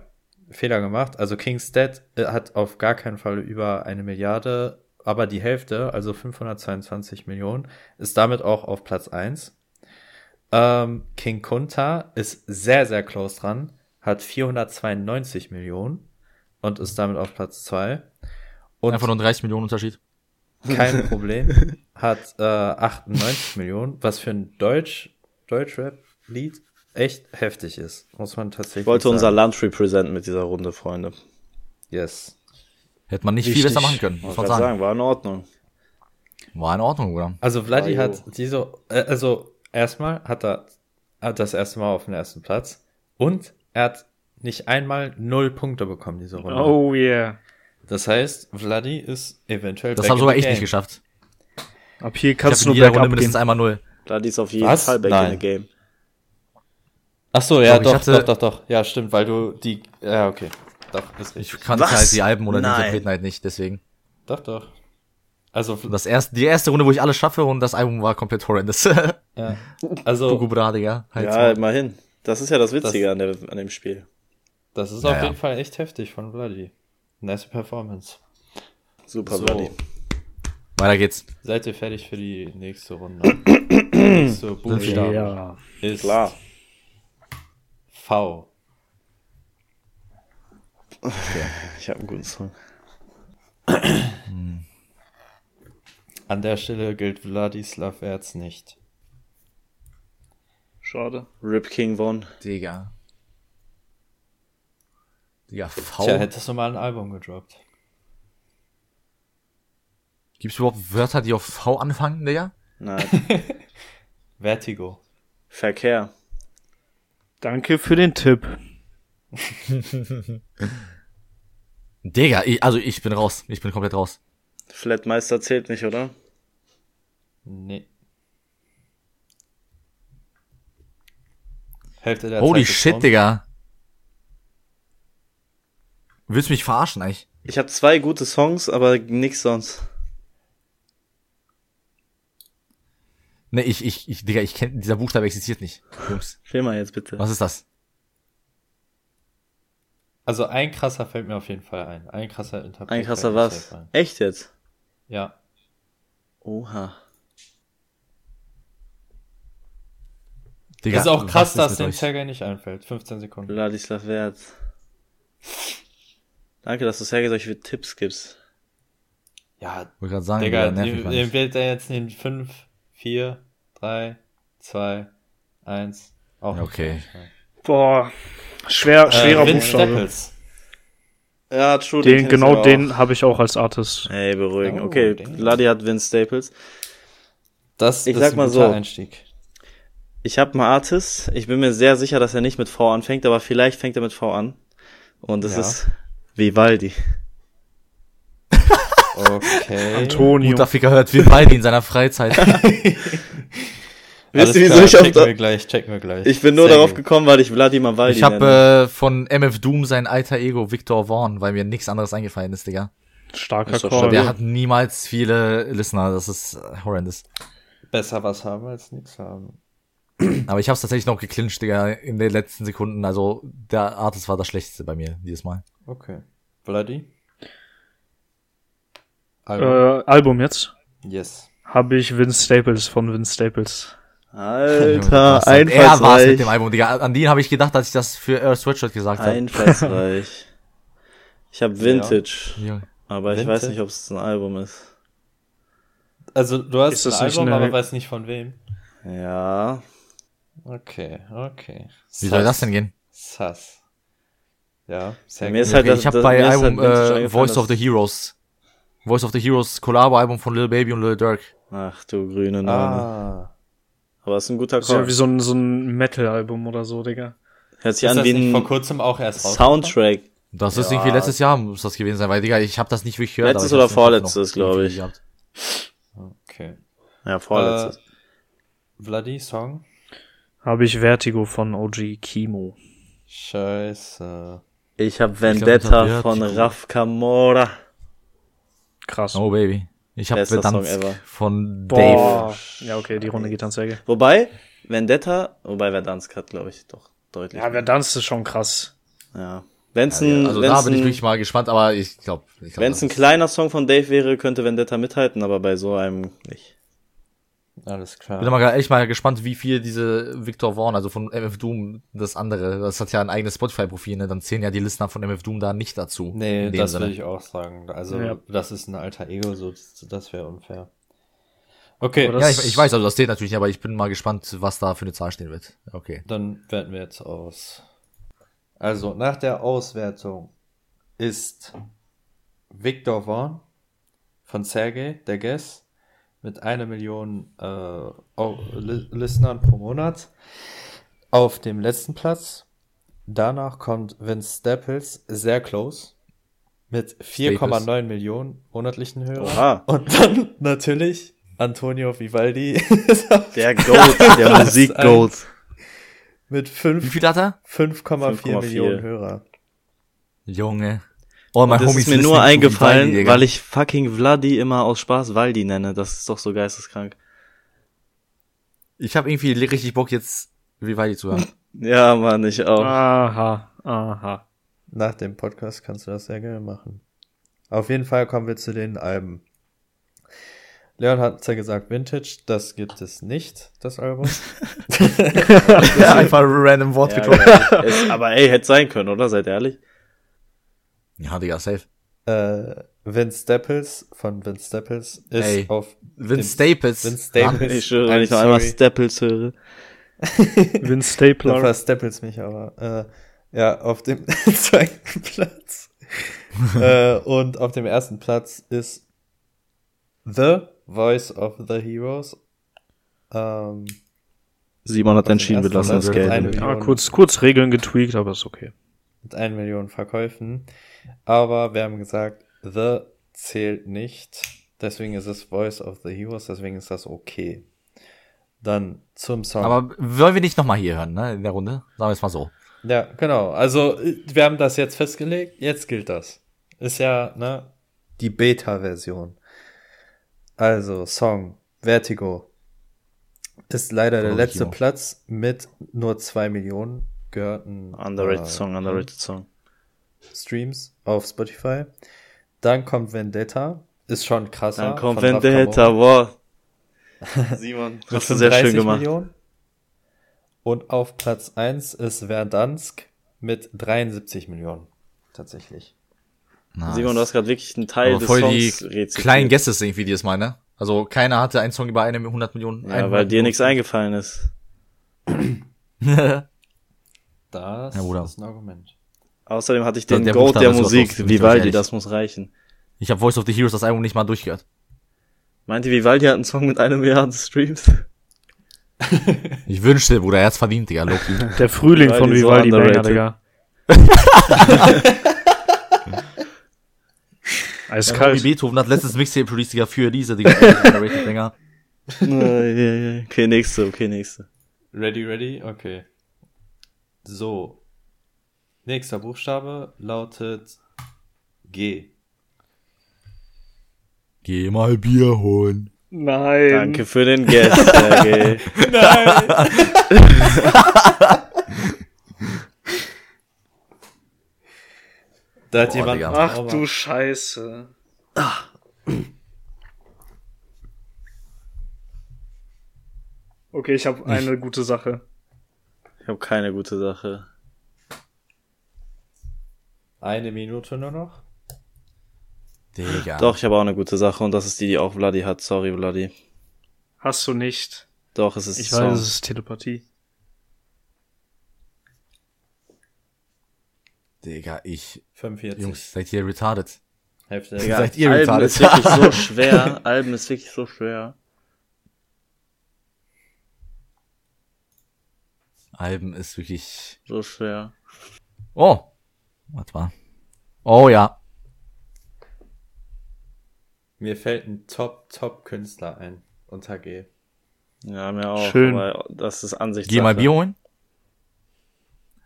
Speaker 1: Fehler gemacht. Also King's Dead äh, hat auf gar keinen Fall über eine Milliarde, aber die Hälfte, also 522 Millionen, ist damit auch auf Platz 1. Ähm, King Kunta ist sehr, sehr close dran, hat 492 Millionen und ist damit auf Platz 2. Und
Speaker 2: Einfach nur 30 Millionen Unterschied.
Speaker 1: kein Problem. Hat äh, 98 Millionen, was für ein Deutsch, Deutschrap-Lied echt heftig ist. Muss man tatsächlich.
Speaker 3: ich wollte
Speaker 1: sagen.
Speaker 3: unser Land representen mit dieser Runde, Freunde.
Speaker 1: Yes.
Speaker 2: Hätte man nicht viel
Speaker 3: Wichtig.
Speaker 2: besser machen können. Muss
Speaker 3: Muss
Speaker 2: man
Speaker 3: grad
Speaker 2: sagen.
Speaker 3: sagen, war in Ordnung.
Speaker 2: War in Ordnung, Bruder.
Speaker 1: Also Vladi
Speaker 3: Ah, jo.
Speaker 1: hat diese, äh, also erstmal hat er hat das erste Mal auf den ersten Platz und er hat nicht einmal null Punkte bekommen diese Runde.
Speaker 4: Oh yeah.
Speaker 1: Das heißt, Vladi ist eventuell.
Speaker 2: Das
Speaker 1: back
Speaker 2: habe
Speaker 1: in
Speaker 2: sogar
Speaker 1: the
Speaker 2: ich
Speaker 1: game.
Speaker 2: nicht geschafft.
Speaker 4: Ab hier
Speaker 2: Ich
Speaker 4: kannst
Speaker 2: hab
Speaker 4: du
Speaker 2: in
Speaker 4: nur
Speaker 2: jeder Runde
Speaker 4: bergab
Speaker 2: mindestens
Speaker 4: gehen.
Speaker 2: einmal null.
Speaker 3: Da ist auf jeden
Speaker 1: Was?
Speaker 3: Fall back in
Speaker 1: Nein.
Speaker 3: the game.
Speaker 1: Ach so, ja,
Speaker 2: Sorry, ich
Speaker 1: doch,
Speaker 2: hatte-
Speaker 1: doch, doch, doch. Ja, stimmt, weil du die, ja, okay. Doch, ist richtig.
Speaker 2: Ich kannte
Speaker 3: Was?
Speaker 2: halt die Alben oder
Speaker 3: Nein.
Speaker 2: die Interpreten halt nicht, deswegen.
Speaker 1: Doch, doch. Also,
Speaker 2: Und Das erste, die erste Runde, wo ich alles schaffe und das Album war komplett horrendous.
Speaker 1: ja. also,
Speaker 2: Bugu Bra, Digga. Halt
Speaker 3: ja,
Speaker 2: so.
Speaker 3: immerhin. Das ist ja das Witzige an, der, an dem Spiel.
Speaker 1: das ist
Speaker 2: Ja,
Speaker 1: auf
Speaker 2: ja.
Speaker 1: jeden Fall echt heftig von Vladi. Nice Performance.
Speaker 3: Super,
Speaker 1: So,
Speaker 3: Bloody.
Speaker 2: Weiter geht's.
Speaker 1: seid ihr fertig für die nächste Runde? nächste Buchstabe
Speaker 4: Ja.
Speaker 1: ist
Speaker 3: Klar.
Speaker 1: V.
Speaker 3: Ich habe einen guten Song.
Speaker 1: An der Stelle gilt Vladislav Erz nicht.
Speaker 4: Schade.
Speaker 3: Rip King Von.
Speaker 2: Digga. Digga, V.
Speaker 1: Tja, hättest du mal ein Album gedroppt.
Speaker 2: Gibt's überhaupt Wörter, die auf V anfangen, Digga?
Speaker 3: Nein.
Speaker 1: Vertigo.
Speaker 3: Verkehr.
Speaker 4: Danke für den Tipp.
Speaker 2: Digga, ich, also ich bin raus. Ich bin komplett raus.
Speaker 3: Flatmeister zählt nicht, oder?
Speaker 1: Nee. Hälfte der
Speaker 2: Holy
Speaker 1: Zeit ist
Speaker 2: shit,
Speaker 1: rum.
Speaker 2: Digga. Willst du mich verarschen eigentlich?
Speaker 3: Ich habe zwei gute Songs, aber nix sonst.
Speaker 2: Ne, ich, ich, ich, Digga, ich kenn, dieser Buchstabe existiert nicht. Jungs,
Speaker 3: Film mal jetzt bitte.
Speaker 2: was ist das?
Speaker 1: Also ein krasser fällt mir auf jeden Fall ein. Ein krasser Interpret.
Speaker 3: Ein krasser
Speaker 1: fällt mir
Speaker 3: was.
Speaker 1: safe ein.
Speaker 3: Echt jetzt?
Speaker 1: Ja.
Speaker 3: Oha.
Speaker 2: Digga,
Speaker 1: ist auch krass,
Speaker 2: was
Speaker 1: dass
Speaker 2: ist
Speaker 1: dem
Speaker 2: mit euch?
Speaker 1: Tagger nicht einfällt. 15 Sekunden.
Speaker 3: Ladislav Wertz. Danke, dass du Sergej solche Tipps gibst.
Speaker 1: Ja,
Speaker 2: Wollte gerade sagen,
Speaker 1: Digga,
Speaker 2: Digga, nervig
Speaker 1: dem
Speaker 2: war
Speaker 1: dem
Speaker 2: nicht.
Speaker 1: wird er jetzt in 5, 4, 3, 2, 1. Auch nicht
Speaker 2: Okay.
Speaker 1: einfällt.
Speaker 4: Boah. Schwer, schwerer
Speaker 1: Äh, Vince
Speaker 4: Buchstabe.
Speaker 1: Staples.
Speaker 3: Ja, true.
Speaker 4: Den,
Speaker 3: kennst du
Speaker 4: genau
Speaker 3: auch.
Speaker 4: den habe ich auch als Artist.
Speaker 3: Ey, beruhigen.
Speaker 1: Oh,
Speaker 3: okay,
Speaker 1: den.
Speaker 3: Ladi hat Vince Staples.
Speaker 1: Das
Speaker 3: Ich
Speaker 1: ist
Speaker 3: sag
Speaker 1: ein
Speaker 3: mal
Speaker 1: guter
Speaker 3: so.
Speaker 1: Einstieg.
Speaker 3: Ich habe einen Artist. Ich bin mir sehr sicher, dass er nicht mit V anfängt, aber vielleicht fängt er mit V an. Und es
Speaker 1: Ja.
Speaker 3: ist Vivaldi.
Speaker 1: Okay.
Speaker 4: Antonio.
Speaker 2: Guter Ficker hört Vivaldi in seiner Freizeit.
Speaker 1: Alles
Speaker 3: Wisst ihr, wieso
Speaker 1: klar,
Speaker 3: ich auf
Speaker 1: checken
Speaker 3: da-
Speaker 1: wir gleich, checken wir gleich.
Speaker 3: Ich bin nur
Speaker 1: Sehr
Speaker 3: darauf
Speaker 1: gut.
Speaker 3: gekommen, weil ich Vladimir Valdi
Speaker 2: ich
Speaker 3: nenne.
Speaker 2: habe äh, von MF Doom sein alter Ego Victor Vaughn, weil mir nichts anderes eingefallen ist, Digga.
Speaker 4: Starker
Speaker 3: Ist doch
Speaker 4: Call.
Speaker 3: schon
Speaker 2: Der
Speaker 3: Ja.
Speaker 2: hat niemals viele Listener, das ist äh, horrendous.
Speaker 1: Besser was haben als nichts haben.
Speaker 2: Aber ich habe es tatsächlich noch geclincht, Digga, in den letzten Sekunden. Also der Artist war das Schlechteste bei mir dieses Mal.
Speaker 1: Okay. Bloody?
Speaker 4: äh,
Speaker 1: Album.
Speaker 4: Album jetzt.
Speaker 1: yes.
Speaker 4: Habe ich Vince Staples von Vince Staples.
Speaker 1: äh,
Speaker 2: Er
Speaker 3: Alter,
Speaker 2: war es mit
Speaker 3: einfallsreich.
Speaker 2: dem Album, Digga. An den habe ich gedacht, als ich das für Earl Sweatshirt gesagt habe.
Speaker 3: Einfallsreich. Ich habe Vintage,
Speaker 2: Ja.
Speaker 3: aber ich
Speaker 1: Vintage?
Speaker 3: weiß nicht, ob es ein Album ist.
Speaker 1: Also du hast
Speaker 4: Ist
Speaker 1: ein
Speaker 4: das nicht
Speaker 1: Album,
Speaker 4: eine-
Speaker 1: aber weißt nicht von wem.
Speaker 3: Ja,
Speaker 1: Okay, okay.
Speaker 2: Wie soll das denn gehen?
Speaker 1: Sass. Ja, sehr
Speaker 3: Mir ist
Speaker 1: gut.
Speaker 3: halt
Speaker 2: Okay,
Speaker 3: das-
Speaker 2: ich habe
Speaker 3: das-
Speaker 2: bei
Speaker 3: mir ist halt
Speaker 2: Album
Speaker 3: Vintage
Speaker 2: äh,
Speaker 3: eingefallen,
Speaker 2: Voice of the
Speaker 3: dass-
Speaker 2: Heroes. Voice of the Heroes Collabo-Album von Lil Baby und Lil Durk.
Speaker 3: ach du grüne Neune.
Speaker 1: ah.
Speaker 3: Aber es ist ein guter
Speaker 4: Das ist ja
Speaker 3: Call.
Speaker 4: wie so ein, so ein Metal-Album oder so, Digga.
Speaker 3: Hört sich
Speaker 1: Ist
Speaker 3: an
Speaker 1: das
Speaker 3: wie
Speaker 1: nicht vor
Speaker 3: ein
Speaker 1: kurzem auch erst raus?
Speaker 3: Soundtrack.
Speaker 2: Das ist
Speaker 3: Ja.
Speaker 2: irgendwie letztes Jahr muss das gewesen sein, weil Digga, ich habe das nicht wirklich gehört.
Speaker 3: Letztes
Speaker 2: aber ich hab's
Speaker 3: oder
Speaker 2: im Kopf noch
Speaker 3: vorletztes, glaub
Speaker 2: irgendwie
Speaker 3: ich.
Speaker 2: gehabt.
Speaker 1: Okay.
Speaker 3: Ja, vorletztes.
Speaker 1: Bloody Song?
Speaker 4: Habe ich Vertigo von OG Kimo.
Speaker 1: Scheiße.
Speaker 3: ich habe Vendetta
Speaker 2: ich hab
Speaker 3: von
Speaker 2: Vertigo.
Speaker 3: Raf Kamora.
Speaker 4: Krass.
Speaker 2: Oh baby. Ich habe
Speaker 3: Bester Song
Speaker 2: Verdansk
Speaker 3: ever.
Speaker 2: von Dave.
Speaker 4: Boah. Ja, okay, die Runde geht ans Ecke.
Speaker 3: Wobei, Vendetta, wobei Verdansk hat, glaube ich, doch deutlich.
Speaker 4: Ja, wer tanzt, ist schon krass.
Speaker 3: ja. Wenn's ein,
Speaker 2: Also da
Speaker 3: wenn's
Speaker 2: bin ich
Speaker 3: ein-
Speaker 2: wirklich mal gespannt, aber ich glaube, ich glaub,
Speaker 3: Wenn es ein kleiner Song von Dave wäre, könnte Vendetta mithalten, aber bei so einem nicht.
Speaker 1: Alles
Speaker 2: bin
Speaker 1: klar.
Speaker 2: mal echt mal gespannt, wie viel diese Victor Vaughn, also von MF Doom, das andere, das hat ja ein eigenes Spotify-Profil, ne? dann zählen ja die Listener von MF Doom da nicht dazu.
Speaker 1: Nee,
Speaker 2: in dem
Speaker 1: das
Speaker 2: Sinne.
Speaker 1: will ich auch sagen. Also,
Speaker 4: Ja.
Speaker 1: das ist ein alter Ego, so, das wäre unfair. Okay,
Speaker 4: Aber das-
Speaker 2: Ja, ich, ich weiß, also das steht natürlich, aber ich bin mal gespannt, was da für eine Zahl stehen wird. Okay.
Speaker 1: Dann werten wir jetzt aus. Also, nach der Auswertung ist Victor Vaughn von Sergey, der Guess, mit einer Million äh, Au- Li- Listenern pro Monat auf dem letzten Platz. Danach kommt Vince Staples, sehr close, mit 4,9 Millionen monatlichen Hörern.
Speaker 3: Oha.
Speaker 1: Und dann natürlich Antonio Vivaldi
Speaker 3: Der Goat, der Musik-Goat.
Speaker 1: mit
Speaker 2: Wie
Speaker 1: 5
Speaker 2: viel hat er?
Speaker 1: 5,4
Speaker 3: 5,4.
Speaker 1: Millionen Hörer.
Speaker 2: Junge. Oh, mein
Speaker 3: Das
Speaker 2: Homie
Speaker 3: ist mir nur eingefallen, weil ich fucking Vladi immer aus Spaß Waldi nenne. Das ist doch so geisteskrank.
Speaker 2: Ich habe irgendwie richtig Bock jetzt, wie weit zu hören.
Speaker 3: Ja, Mann, ich auch.
Speaker 4: Aha, aha.
Speaker 1: Nach dem Podcast kannst du das sehr gerne machen. Auf jeden Fall kommen wir zu den Alben. Leon hat ja gesagt, Vintage, das gibt es nicht, das Album.
Speaker 2: ja, einfach random Wort
Speaker 3: Ja, aber, es, aber ey, hätte sein können, oder? Seid ehrlich.
Speaker 2: Ja, Digga, safe.
Speaker 1: äh, Vince Staples von Vince Staples ist
Speaker 2: Ey,
Speaker 1: auf dem-
Speaker 2: Vince Staples.
Speaker 1: Vince Staples.
Speaker 3: Ich schwöre, wenn
Speaker 1: I'm
Speaker 3: ich noch einmal
Speaker 1: sorry.
Speaker 3: Staples höre.
Speaker 4: Vince
Speaker 1: Da
Speaker 4: Stapler.
Speaker 1: versteppelt's mich aber. Äh, ja, auf dem zweiten Platz. äh, und auf dem ersten Platz ist The Voice of the Heroes. Ähm,
Speaker 3: Simon hat
Speaker 1: dem
Speaker 3: entschieden, wir
Speaker 1: ersten
Speaker 3: lassen das
Speaker 1: Platz
Speaker 3: Geld.
Speaker 1: eine
Speaker 3: im-
Speaker 4: Ja,
Speaker 1: Million.
Speaker 4: kurz, kurz Regeln getweakt, aber ist okay.
Speaker 1: mit 1 Million Verkäufen. Aber wir haben gesagt, The zählt nicht. Deswegen ist es Voice of the Heroes, deswegen ist das okay. Dann zum Song.
Speaker 2: Aber wollen wir nicht nochmal hier hören, ne? In der Runde? Sagen wir es mal so.
Speaker 1: ja, genau. Also, äh, wir haben das jetzt festgelegt, jetzt gilt das. Ist ja, ne? Die Beta-Version. Also, Song, Vertigo. Ist leider der
Speaker 2: Oh,
Speaker 1: letzte
Speaker 2: Kimo.
Speaker 1: Platz mit nur 2 Millionen gehörten.
Speaker 3: Underrated
Speaker 2: Ah.
Speaker 1: äh,
Speaker 3: Song, underrated Song.
Speaker 1: Streams auf Spotify. Dann kommt Vendetta. Ist schon krasser.
Speaker 3: Dann kommt
Speaker 1: von Raf
Speaker 3: Vendetta,
Speaker 1: Kamora.
Speaker 3: boah. Simon, hast du sehr
Speaker 1: 35
Speaker 3: schön gemacht.
Speaker 1: Millionen. Und auf Platz 1 ist Verdansk mit 73 Millionen. Tatsächlich.
Speaker 2: Na,
Speaker 3: Simon, du hast gerade wirklich einen Teil
Speaker 2: aber
Speaker 3: des
Speaker 2: voll die
Speaker 3: Songs rezitiert.
Speaker 2: kleinen Gäste irgendwie dieses Mal, ne? Also keiner hatte einen Song über eine 100 Millionen.
Speaker 3: Ja,
Speaker 2: 100
Speaker 3: weil dir
Speaker 2: Millionen.
Speaker 3: nichts eingefallen ist.
Speaker 1: Das
Speaker 2: Ja, Bruder.
Speaker 1: ist ein Argument.
Speaker 3: Außerdem hatte ich
Speaker 2: Ja,
Speaker 3: den
Speaker 2: der
Speaker 3: Goat
Speaker 2: Buchstabe
Speaker 3: der
Speaker 2: ist was
Speaker 3: Musik,
Speaker 2: los, bin ich euch
Speaker 3: Vivaldi,
Speaker 2: ehrlich.
Speaker 3: das muss reichen.
Speaker 2: Ich habe Voice of the Heroes das Album nicht mal durchgehört.
Speaker 3: Meinte Vivaldi hat einen Song mit einer Milliarde Streams?
Speaker 2: Ich wünschte, Bruder, er hat's verdient, Digga. Loki.
Speaker 4: Der Frühling von
Speaker 3: Vivaldi so
Speaker 4: Vivaldi Banger,
Speaker 3: underrated.
Speaker 4: Digga.
Speaker 2: Wie
Speaker 4: Eiskalt.
Speaker 2: Beethoven hat letztes Mixtape produced, Digga, für diese, Digga. Underrated Banger.
Speaker 3: okay, nächste, okay, nächste.
Speaker 1: Ready, ready? Okay. So. Nächster Buchstabe lautet G.
Speaker 2: Geh mal Bier holen.
Speaker 4: Nein.
Speaker 2: Ähm.
Speaker 3: Danke für den Guest, Sergej.
Speaker 1: Da hat
Speaker 2: Boah,
Speaker 1: jemand.
Speaker 2: Digga.
Speaker 4: Ach
Speaker 1: Aber-
Speaker 4: du Scheiße. Okay, ich habe eine gute Sache.
Speaker 3: Ich habe keine gute Sache.
Speaker 1: Eine Minute nur noch.
Speaker 2: Digga.
Speaker 3: Doch, ich habe auch eine gute Sache und das ist die, die auch Vladi hat. Sorry, Vladi.
Speaker 4: Hast du nicht.
Speaker 3: Doch, es ist
Speaker 4: Ich
Speaker 3: ein Song.
Speaker 4: weiß, es ist Telepathie.
Speaker 2: Digga, ich.
Speaker 1: 45.
Speaker 2: Jungs, seid ihr retarded?
Speaker 1: Hälfte.
Speaker 3: Digga,
Speaker 2: seid ihr
Speaker 3: Alben
Speaker 2: retarded.
Speaker 3: ist wirklich so schwer. Alben ist wirklich so schwer.
Speaker 2: Alben ist wirklich.
Speaker 3: So schwer.
Speaker 2: Oh. Warte mal. Oh ja.
Speaker 1: Mir fällt ein Top, Top Künstler ein. Unter G.
Speaker 3: Ja, mir auch.
Speaker 4: Schön.
Speaker 3: Aber das ist Ansichtssache.
Speaker 2: Geh mal Bier holen.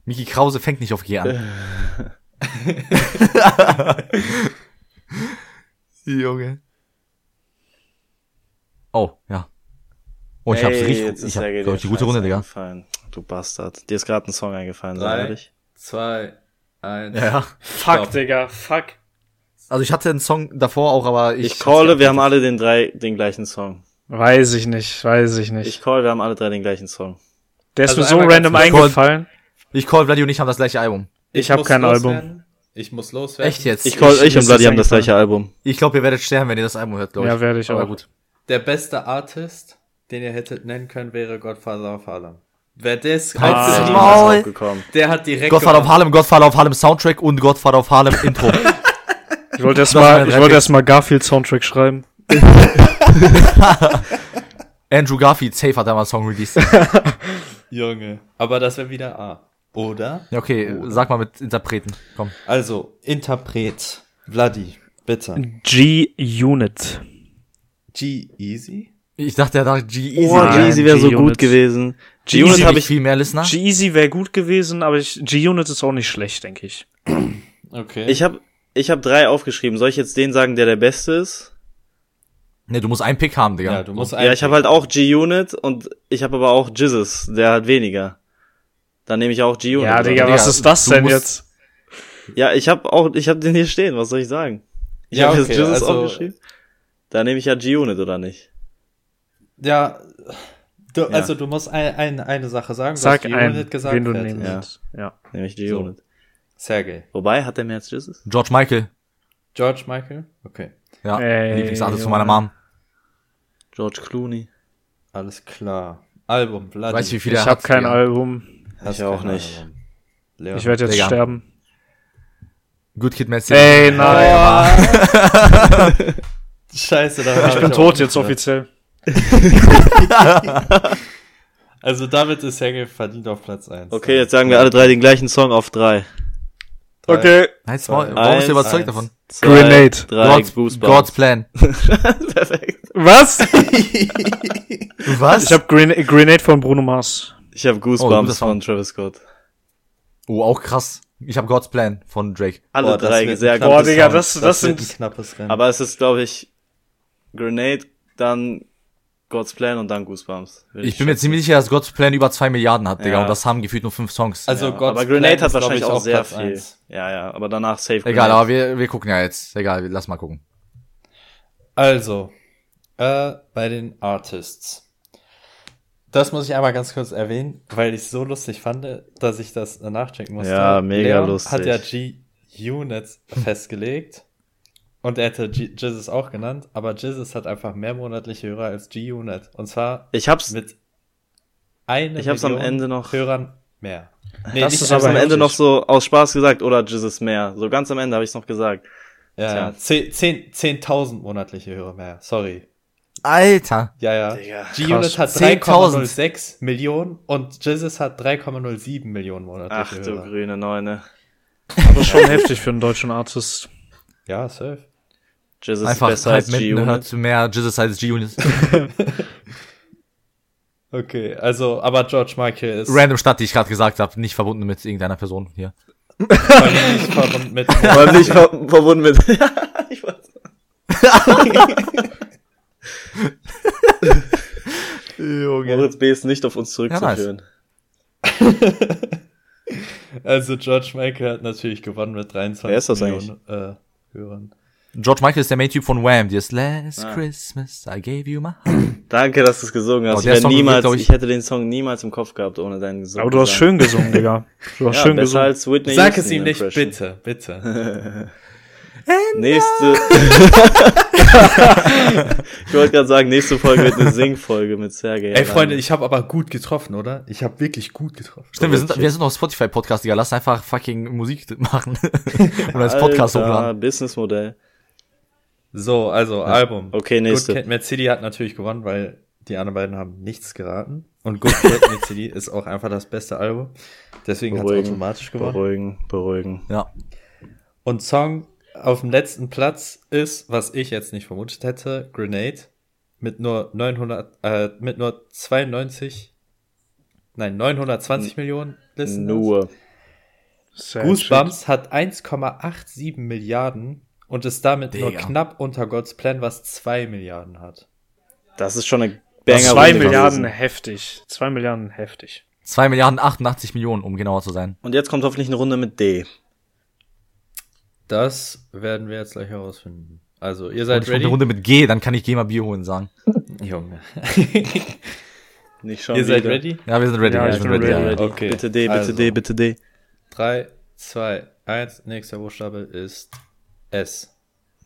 Speaker 2: Miki Krause fängt nicht auf G an. Junge. Oh, ja. Oh, ich hab's
Speaker 3: Ey,
Speaker 2: richtig.
Speaker 3: jetzt ist
Speaker 2: Ich hab,
Speaker 3: Sergej
Speaker 2: glaub ich,
Speaker 3: dir
Speaker 2: die gute
Speaker 3: Scheiß
Speaker 2: Runde, Digga.
Speaker 3: eingefallen. Du Bastard. Dir ist gerade ein Song eingefallen,
Speaker 1: Drei.
Speaker 3: sei ehrlich.
Speaker 1: Zwei, eins.
Speaker 2: Ja.
Speaker 4: Fuck,
Speaker 1: Stopp.
Speaker 4: Digga, fuck.
Speaker 2: Also ich hatte einen Song davor auch, aber ich.
Speaker 3: Ich calle, wir haben alle den drei, den gleichen Song.
Speaker 4: Weiß ich nicht, weiß ich nicht.
Speaker 3: Ich call, wir haben alle drei den gleichen Song.
Speaker 4: Der ist
Speaker 1: Also
Speaker 4: mir so
Speaker 1: einmal ganz
Speaker 4: random
Speaker 1: kurz.
Speaker 4: eingefallen.
Speaker 2: Ich call, Vladi und ich haben das gleiche Album.
Speaker 4: Ich hab
Speaker 1: muss
Speaker 4: kein
Speaker 1: loswerden.
Speaker 4: Album.
Speaker 1: Ich muss loswerden.
Speaker 2: Echt jetzt?
Speaker 3: Ich call, ich,
Speaker 4: mir
Speaker 3: und
Speaker 4: ist
Speaker 3: Vladi
Speaker 4: das
Speaker 3: haben das
Speaker 4: eingefallen.
Speaker 3: gleiche Album.
Speaker 2: Ich glaube, ihr werdet sterben, wenn ihr das Album hört, glaube ich.
Speaker 4: Ja, werde ich
Speaker 2: aber
Speaker 4: auch.
Speaker 2: gut.
Speaker 1: Der beste Artist, den ihr hättet nennen können, wäre Godfather of Harlem. Wer das
Speaker 2: Ah.
Speaker 3: Ist
Speaker 1: aufgeschrieben
Speaker 2: Mann.
Speaker 1: hat,
Speaker 2: Maul.
Speaker 3: auch gekommen.
Speaker 1: der hat direkt
Speaker 2: Godfather of
Speaker 1: gewonnen.
Speaker 2: Harlem, Godfather of Harlem Soundtrack und Godfather of Harlem Intro.
Speaker 4: Ich wollte
Speaker 2: war
Speaker 4: erstmal
Speaker 2: ein
Speaker 4: ich wollte
Speaker 2: Rap-
Speaker 4: erstmal Garfield Soundtrack schreiben.
Speaker 2: Andrew Garfield, safe hat damals Song released.
Speaker 1: Junge. Aber das wäre wieder A. Oder?
Speaker 2: Ja, okay, sag mal mit Interpreten. Komm.
Speaker 1: Also, Interpret. Vladi, bitte.
Speaker 4: Mhm. G Unit.
Speaker 1: G Easy?
Speaker 2: Ich dachte, er dachte G-Easy.
Speaker 3: Oh,
Speaker 4: Nein,
Speaker 3: G-Easy wäre so
Speaker 4: G-Unit.
Speaker 3: gut gewesen.
Speaker 2: G-Easy
Speaker 3: G-Unit habe ich
Speaker 2: viel mehr Listener.
Speaker 4: G-Easy wäre gut gewesen, aber ich- G-Unit ist auch nicht schlecht, denke ich.
Speaker 1: Okay.
Speaker 3: Ich habe ich hab drei aufgeschrieben. Soll ich jetzt den sagen, der der Beste ist?
Speaker 2: ne, du musst einen Pick haben, Digga.
Speaker 1: ja, du musst
Speaker 3: Ja, ich habe halt auch G-Unit und ich habe aber auch Jizzes. Der hat weniger. Dann nehme ich auch G-Unit.
Speaker 4: Ja,
Speaker 3: oder?
Speaker 4: Digga, was ist das
Speaker 2: du
Speaker 4: denn
Speaker 2: musst-
Speaker 4: jetzt?
Speaker 3: Ja, ich habe auch, ich habe den hier stehen. Was soll ich sagen? Ich
Speaker 1: Ja,
Speaker 3: habe
Speaker 1: okay,
Speaker 3: jetzt Jizzes
Speaker 1: also-
Speaker 3: aufgeschrieben. Da nehme ich ja G-Unit, oder nicht?
Speaker 1: Ja, du, also du musst ein, ein, eine Sache sagen.
Speaker 4: Sag
Speaker 1: du
Speaker 4: ein,
Speaker 1: gesagt,
Speaker 4: wen du
Speaker 1: fertig.
Speaker 4: nehmen
Speaker 3: Ja.
Speaker 4: willst. Ja.
Speaker 3: Nehme ich G-Unit.
Speaker 1: Sergej.
Speaker 3: Wobei, hat der mehr als Jizzes?
Speaker 2: George Michael.
Speaker 1: George Michael? Okay,
Speaker 2: Ja,
Speaker 4: Ey,
Speaker 2: Lieblingsartist von meiner
Speaker 4: Junge.
Speaker 2: Mom.
Speaker 3: George Clooney.
Speaker 1: alles klar. Album, Vladi.
Speaker 2: Weißt du, wie viele
Speaker 4: Ich
Speaker 2: er
Speaker 4: habe
Speaker 2: hat?
Speaker 4: kein
Speaker 2: Ja.
Speaker 4: Album.
Speaker 1: Hast
Speaker 3: Ich auch
Speaker 1: keine
Speaker 3: nicht.
Speaker 1: Ahnung. Leon.
Speaker 4: Ich werde jetzt
Speaker 2: Digga.
Speaker 4: sterben.
Speaker 2: Good Kid Messi.
Speaker 4: Ey, nein.
Speaker 1: Scheiße, da war
Speaker 4: Ich bin
Speaker 1: auch
Speaker 4: tot
Speaker 1: nicht
Speaker 4: jetzt
Speaker 1: dran.
Speaker 4: offiziell.
Speaker 1: Also damit ist Sergei verdient auf Platz 1.
Speaker 3: Okay, jetzt sagen wir alle drei den gleichen Song auf drei.
Speaker 4: Okay.
Speaker 2: Halt's Maul,
Speaker 1: Zwei,
Speaker 2: warum bist du
Speaker 3: eins,
Speaker 2: überzeugt
Speaker 1: eins.
Speaker 2: davon?
Speaker 3: Zwei,
Speaker 4: Grenade.
Speaker 3: Drei,
Speaker 2: God's,
Speaker 3: Goosebumps.
Speaker 2: God's Plan.
Speaker 3: Perfekt.
Speaker 4: Was?
Speaker 2: Was?
Speaker 4: Ich habe Grenade, Grenade von Bruno Mars.
Speaker 3: Ich habe
Speaker 2: Oh, guter
Speaker 3: Goosebumps
Speaker 2: Song.
Speaker 3: von Travis Scott.
Speaker 2: oh, auch krass. Ich habe God's Plan von Drake.
Speaker 3: Alle
Speaker 1: Boah, das
Speaker 3: drei
Speaker 1: wird
Speaker 3: sehr
Speaker 1: ein
Speaker 3: gut.
Speaker 4: Boah,
Speaker 1: knappes
Speaker 4: Digga,
Speaker 1: Rennen.
Speaker 4: das- das
Speaker 1: wird ein
Speaker 4: sind-
Speaker 1: knappes Rennen.
Speaker 3: Aber es ist, glaube ich, Grenade, dann God's Plan und dann Goosebumps. Würde
Speaker 2: Ich bin mir ziemlich sicher, dass God's Plan über zwei Milliarden hat, Digga.
Speaker 3: Ja.
Speaker 2: Und das haben gefühlt nur fünf Songs.
Speaker 1: also
Speaker 3: Ja,
Speaker 1: God's
Speaker 3: aber Grenade
Speaker 1: Plan
Speaker 3: hat
Speaker 1: ist, glaub
Speaker 3: wahrscheinlich
Speaker 1: ich,
Speaker 3: auch
Speaker 1: auf
Speaker 3: sehr
Speaker 1: Platz
Speaker 3: viel.
Speaker 1: eins.
Speaker 3: Ja, ja, aber danach Safe
Speaker 2: Egal,
Speaker 3: Grenade.
Speaker 2: aber wir, wir gucken ja jetzt. Egal, wir- lass mal gucken.
Speaker 1: Also, äh, bei den Artists. Das muss ich einmal ganz kurz erwähnen, weil ich es so lustig fand, dass ich das nachchecken musste.
Speaker 3: Ja, mega
Speaker 1: Leon
Speaker 3: lustig.
Speaker 1: hat ja G-Unit festgelegt. Und er hätte G- Jizzes auch genannt, aber Jizzes hat einfach mehr monatliche Hörer als G-Unit. Und zwar
Speaker 3: Ich hab's,
Speaker 1: mit einer
Speaker 3: Ich hab's am Ende noch-
Speaker 1: Hörern mehr. Nee,
Speaker 4: Das
Speaker 1: nicht
Speaker 4: ist
Speaker 3: ich hab's
Speaker 4: aber
Speaker 3: am Ende
Speaker 4: heftig.
Speaker 3: noch so aus Spaß gesagt, oder Jesus mehr. So ganz am Ende habe ich's noch gesagt.
Speaker 1: Ja, ja. Zeh- zehn- 10.000 monatliche Hörer mehr, sorry.
Speaker 2: Alter.
Speaker 1: Ja, ja.
Speaker 3: Digga,
Speaker 1: G-Unit hat
Speaker 2: 10.000.
Speaker 1: 3,06 Millionen und Jesus hat 3,07 Millionen monatliche
Speaker 3: Ach du
Speaker 1: Hörer.
Speaker 3: grüne Neune.
Speaker 4: Aber schon heftig für einen deutschen Artist.
Speaker 1: Ja, safe.
Speaker 3: Jesus ist
Speaker 2: Einfach halt
Speaker 3: besser als
Speaker 2: halb mitten
Speaker 3: G-Unit.
Speaker 2: hört mehr Jesus als G-Unit.
Speaker 1: Okay, also, aber George Michael ist
Speaker 2: Random Stadt, die ich gerade gesagt habe, nicht verbunden mit irgendeiner Person hier.
Speaker 1: vor allem nicht verbunden mit.
Speaker 3: Vor allem nicht ver verbunden mit. Ja, ich weiß.
Speaker 2: Junge.
Speaker 3: Moritz B. ist nicht auf uns zurückzuführen.
Speaker 1: Also, George Michael hat natürlich gewonnen mit 23
Speaker 3: Wer ist das
Speaker 1: Millionen äh, Hörern.
Speaker 2: George Michael ist der Main-Typ von Wham. Die ist Last
Speaker 4: Ah.
Speaker 2: Christmas, I gave you my heart.
Speaker 3: Danke, dass du es gesungen
Speaker 2: Oh,
Speaker 3: hast.
Speaker 2: der
Speaker 3: ich, wär
Speaker 2: Song wird,
Speaker 3: niemals,
Speaker 2: glaub
Speaker 3: ich,
Speaker 2: ich-
Speaker 3: hätte den Song niemals im Kopf gehabt, ohne deinen Gesang.
Speaker 4: Aber du hast schön gesungen, Digga. Du hast
Speaker 3: ja,
Speaker 4: schön
Speaker 3: besser
Speaker 4: gesungen.
Speaker 3: als Whitney
Speaker 1: Sag
Speaker 3: Houston
Speaker 1: es ihm nicht,
Speaker 3: Impression.
Speaker 1: bitte, bitte.
Speaker 3: Nächste. ich wollte gerade sagen, nächste Folge wird eine Singfolge mit Sergej.
Speaker 1: Ey, Freunde, ich habe aber gut getroffen, oder? Ich habe wirklich gut getroffen.
Speaker 2: Stimmt, wir sind, wir sind noch Spotify-Podcast, Digga. Lass einfach fucking Musik machen. Und als Podcast hochladen.
Speaker 3: Businessmodell.
Speaker 1: So, also Album.
Speaker 3: Okay, nächste.
Speaker 1: Good Kid, Mad City hat natürlich gewonnen, weil die anderen beiden haben nichts geraten. Und Good Kid, Mad City ist auch einfach das beste Album. Deswegen hat es
Speaker 3: Beruhigen.
Speaker 1: automatisch
Speaker 4: Genau.
Speaker 1: gewonnen.
Speaker 3: Beruhigen, beruhigen.
Speaker 2: Ja.
Speaker 1: Und Song auf dem letzten Platz ist, was ich jetzt nicht vermutet hätte, Grenade mit nur 900, äh, mit nur 92, nein 920 Millionen Listeners.
Speaker 3: Nur.
Speaker 4: Sehr
Speaker 1: Goosebumps hat 1,87 Milliarden und ist damit nur
Speaker 2: Digga.
Speaker 1: knapp unter God's Plan, was 2 Milliarden hat.
Speaker 3: Das ist schon eine
Speaker 4: schön.
Speaker 3: Banger.
Speaker 4: Zwei
Speaker 3: Runde
Speaker 4: Milliarden
Speaker 3: gewesen.
Speaker 4: heftig. Zwei Milliarden heftig.
Speaker 2: 2 Milliarden 88 Millionen, um genauer zu sein.
Speaker 3: Und jetzt kommt hoffentlich eine Runde mit D.
Speaker 1: Das werden wir jetzt gleich herausfinden. Also, ihr
Speaker 2: Und
Speaker 1: seid
Speaker 2: ich mach eine
Speaker 1: ready.
Speaker 2: Runde mit G, dann kann ich G mal Bier holen sagen.
Speaker 1: Junge.
Speaker 3: Nicht schon.
Speaker 1: ihr seid
Speaker 3: wieder.
Speaker 1: ready?
Speaker 2: Ja, wir sind ready.
Speaker 4: Ja,
Speaker 2: wir
Speaker 4: ich
Speaker 2: sind
Speaker 4: bin ready.
Speaker 2: ja, ja.
Speaker 1: Okay.
Speaker 3: Bitte D, bitte
Speaker 1: Also.
Speaker 3: D, bitte D.
Speaker 1: 3, 2, 1. Nächster Buchstabe ist S.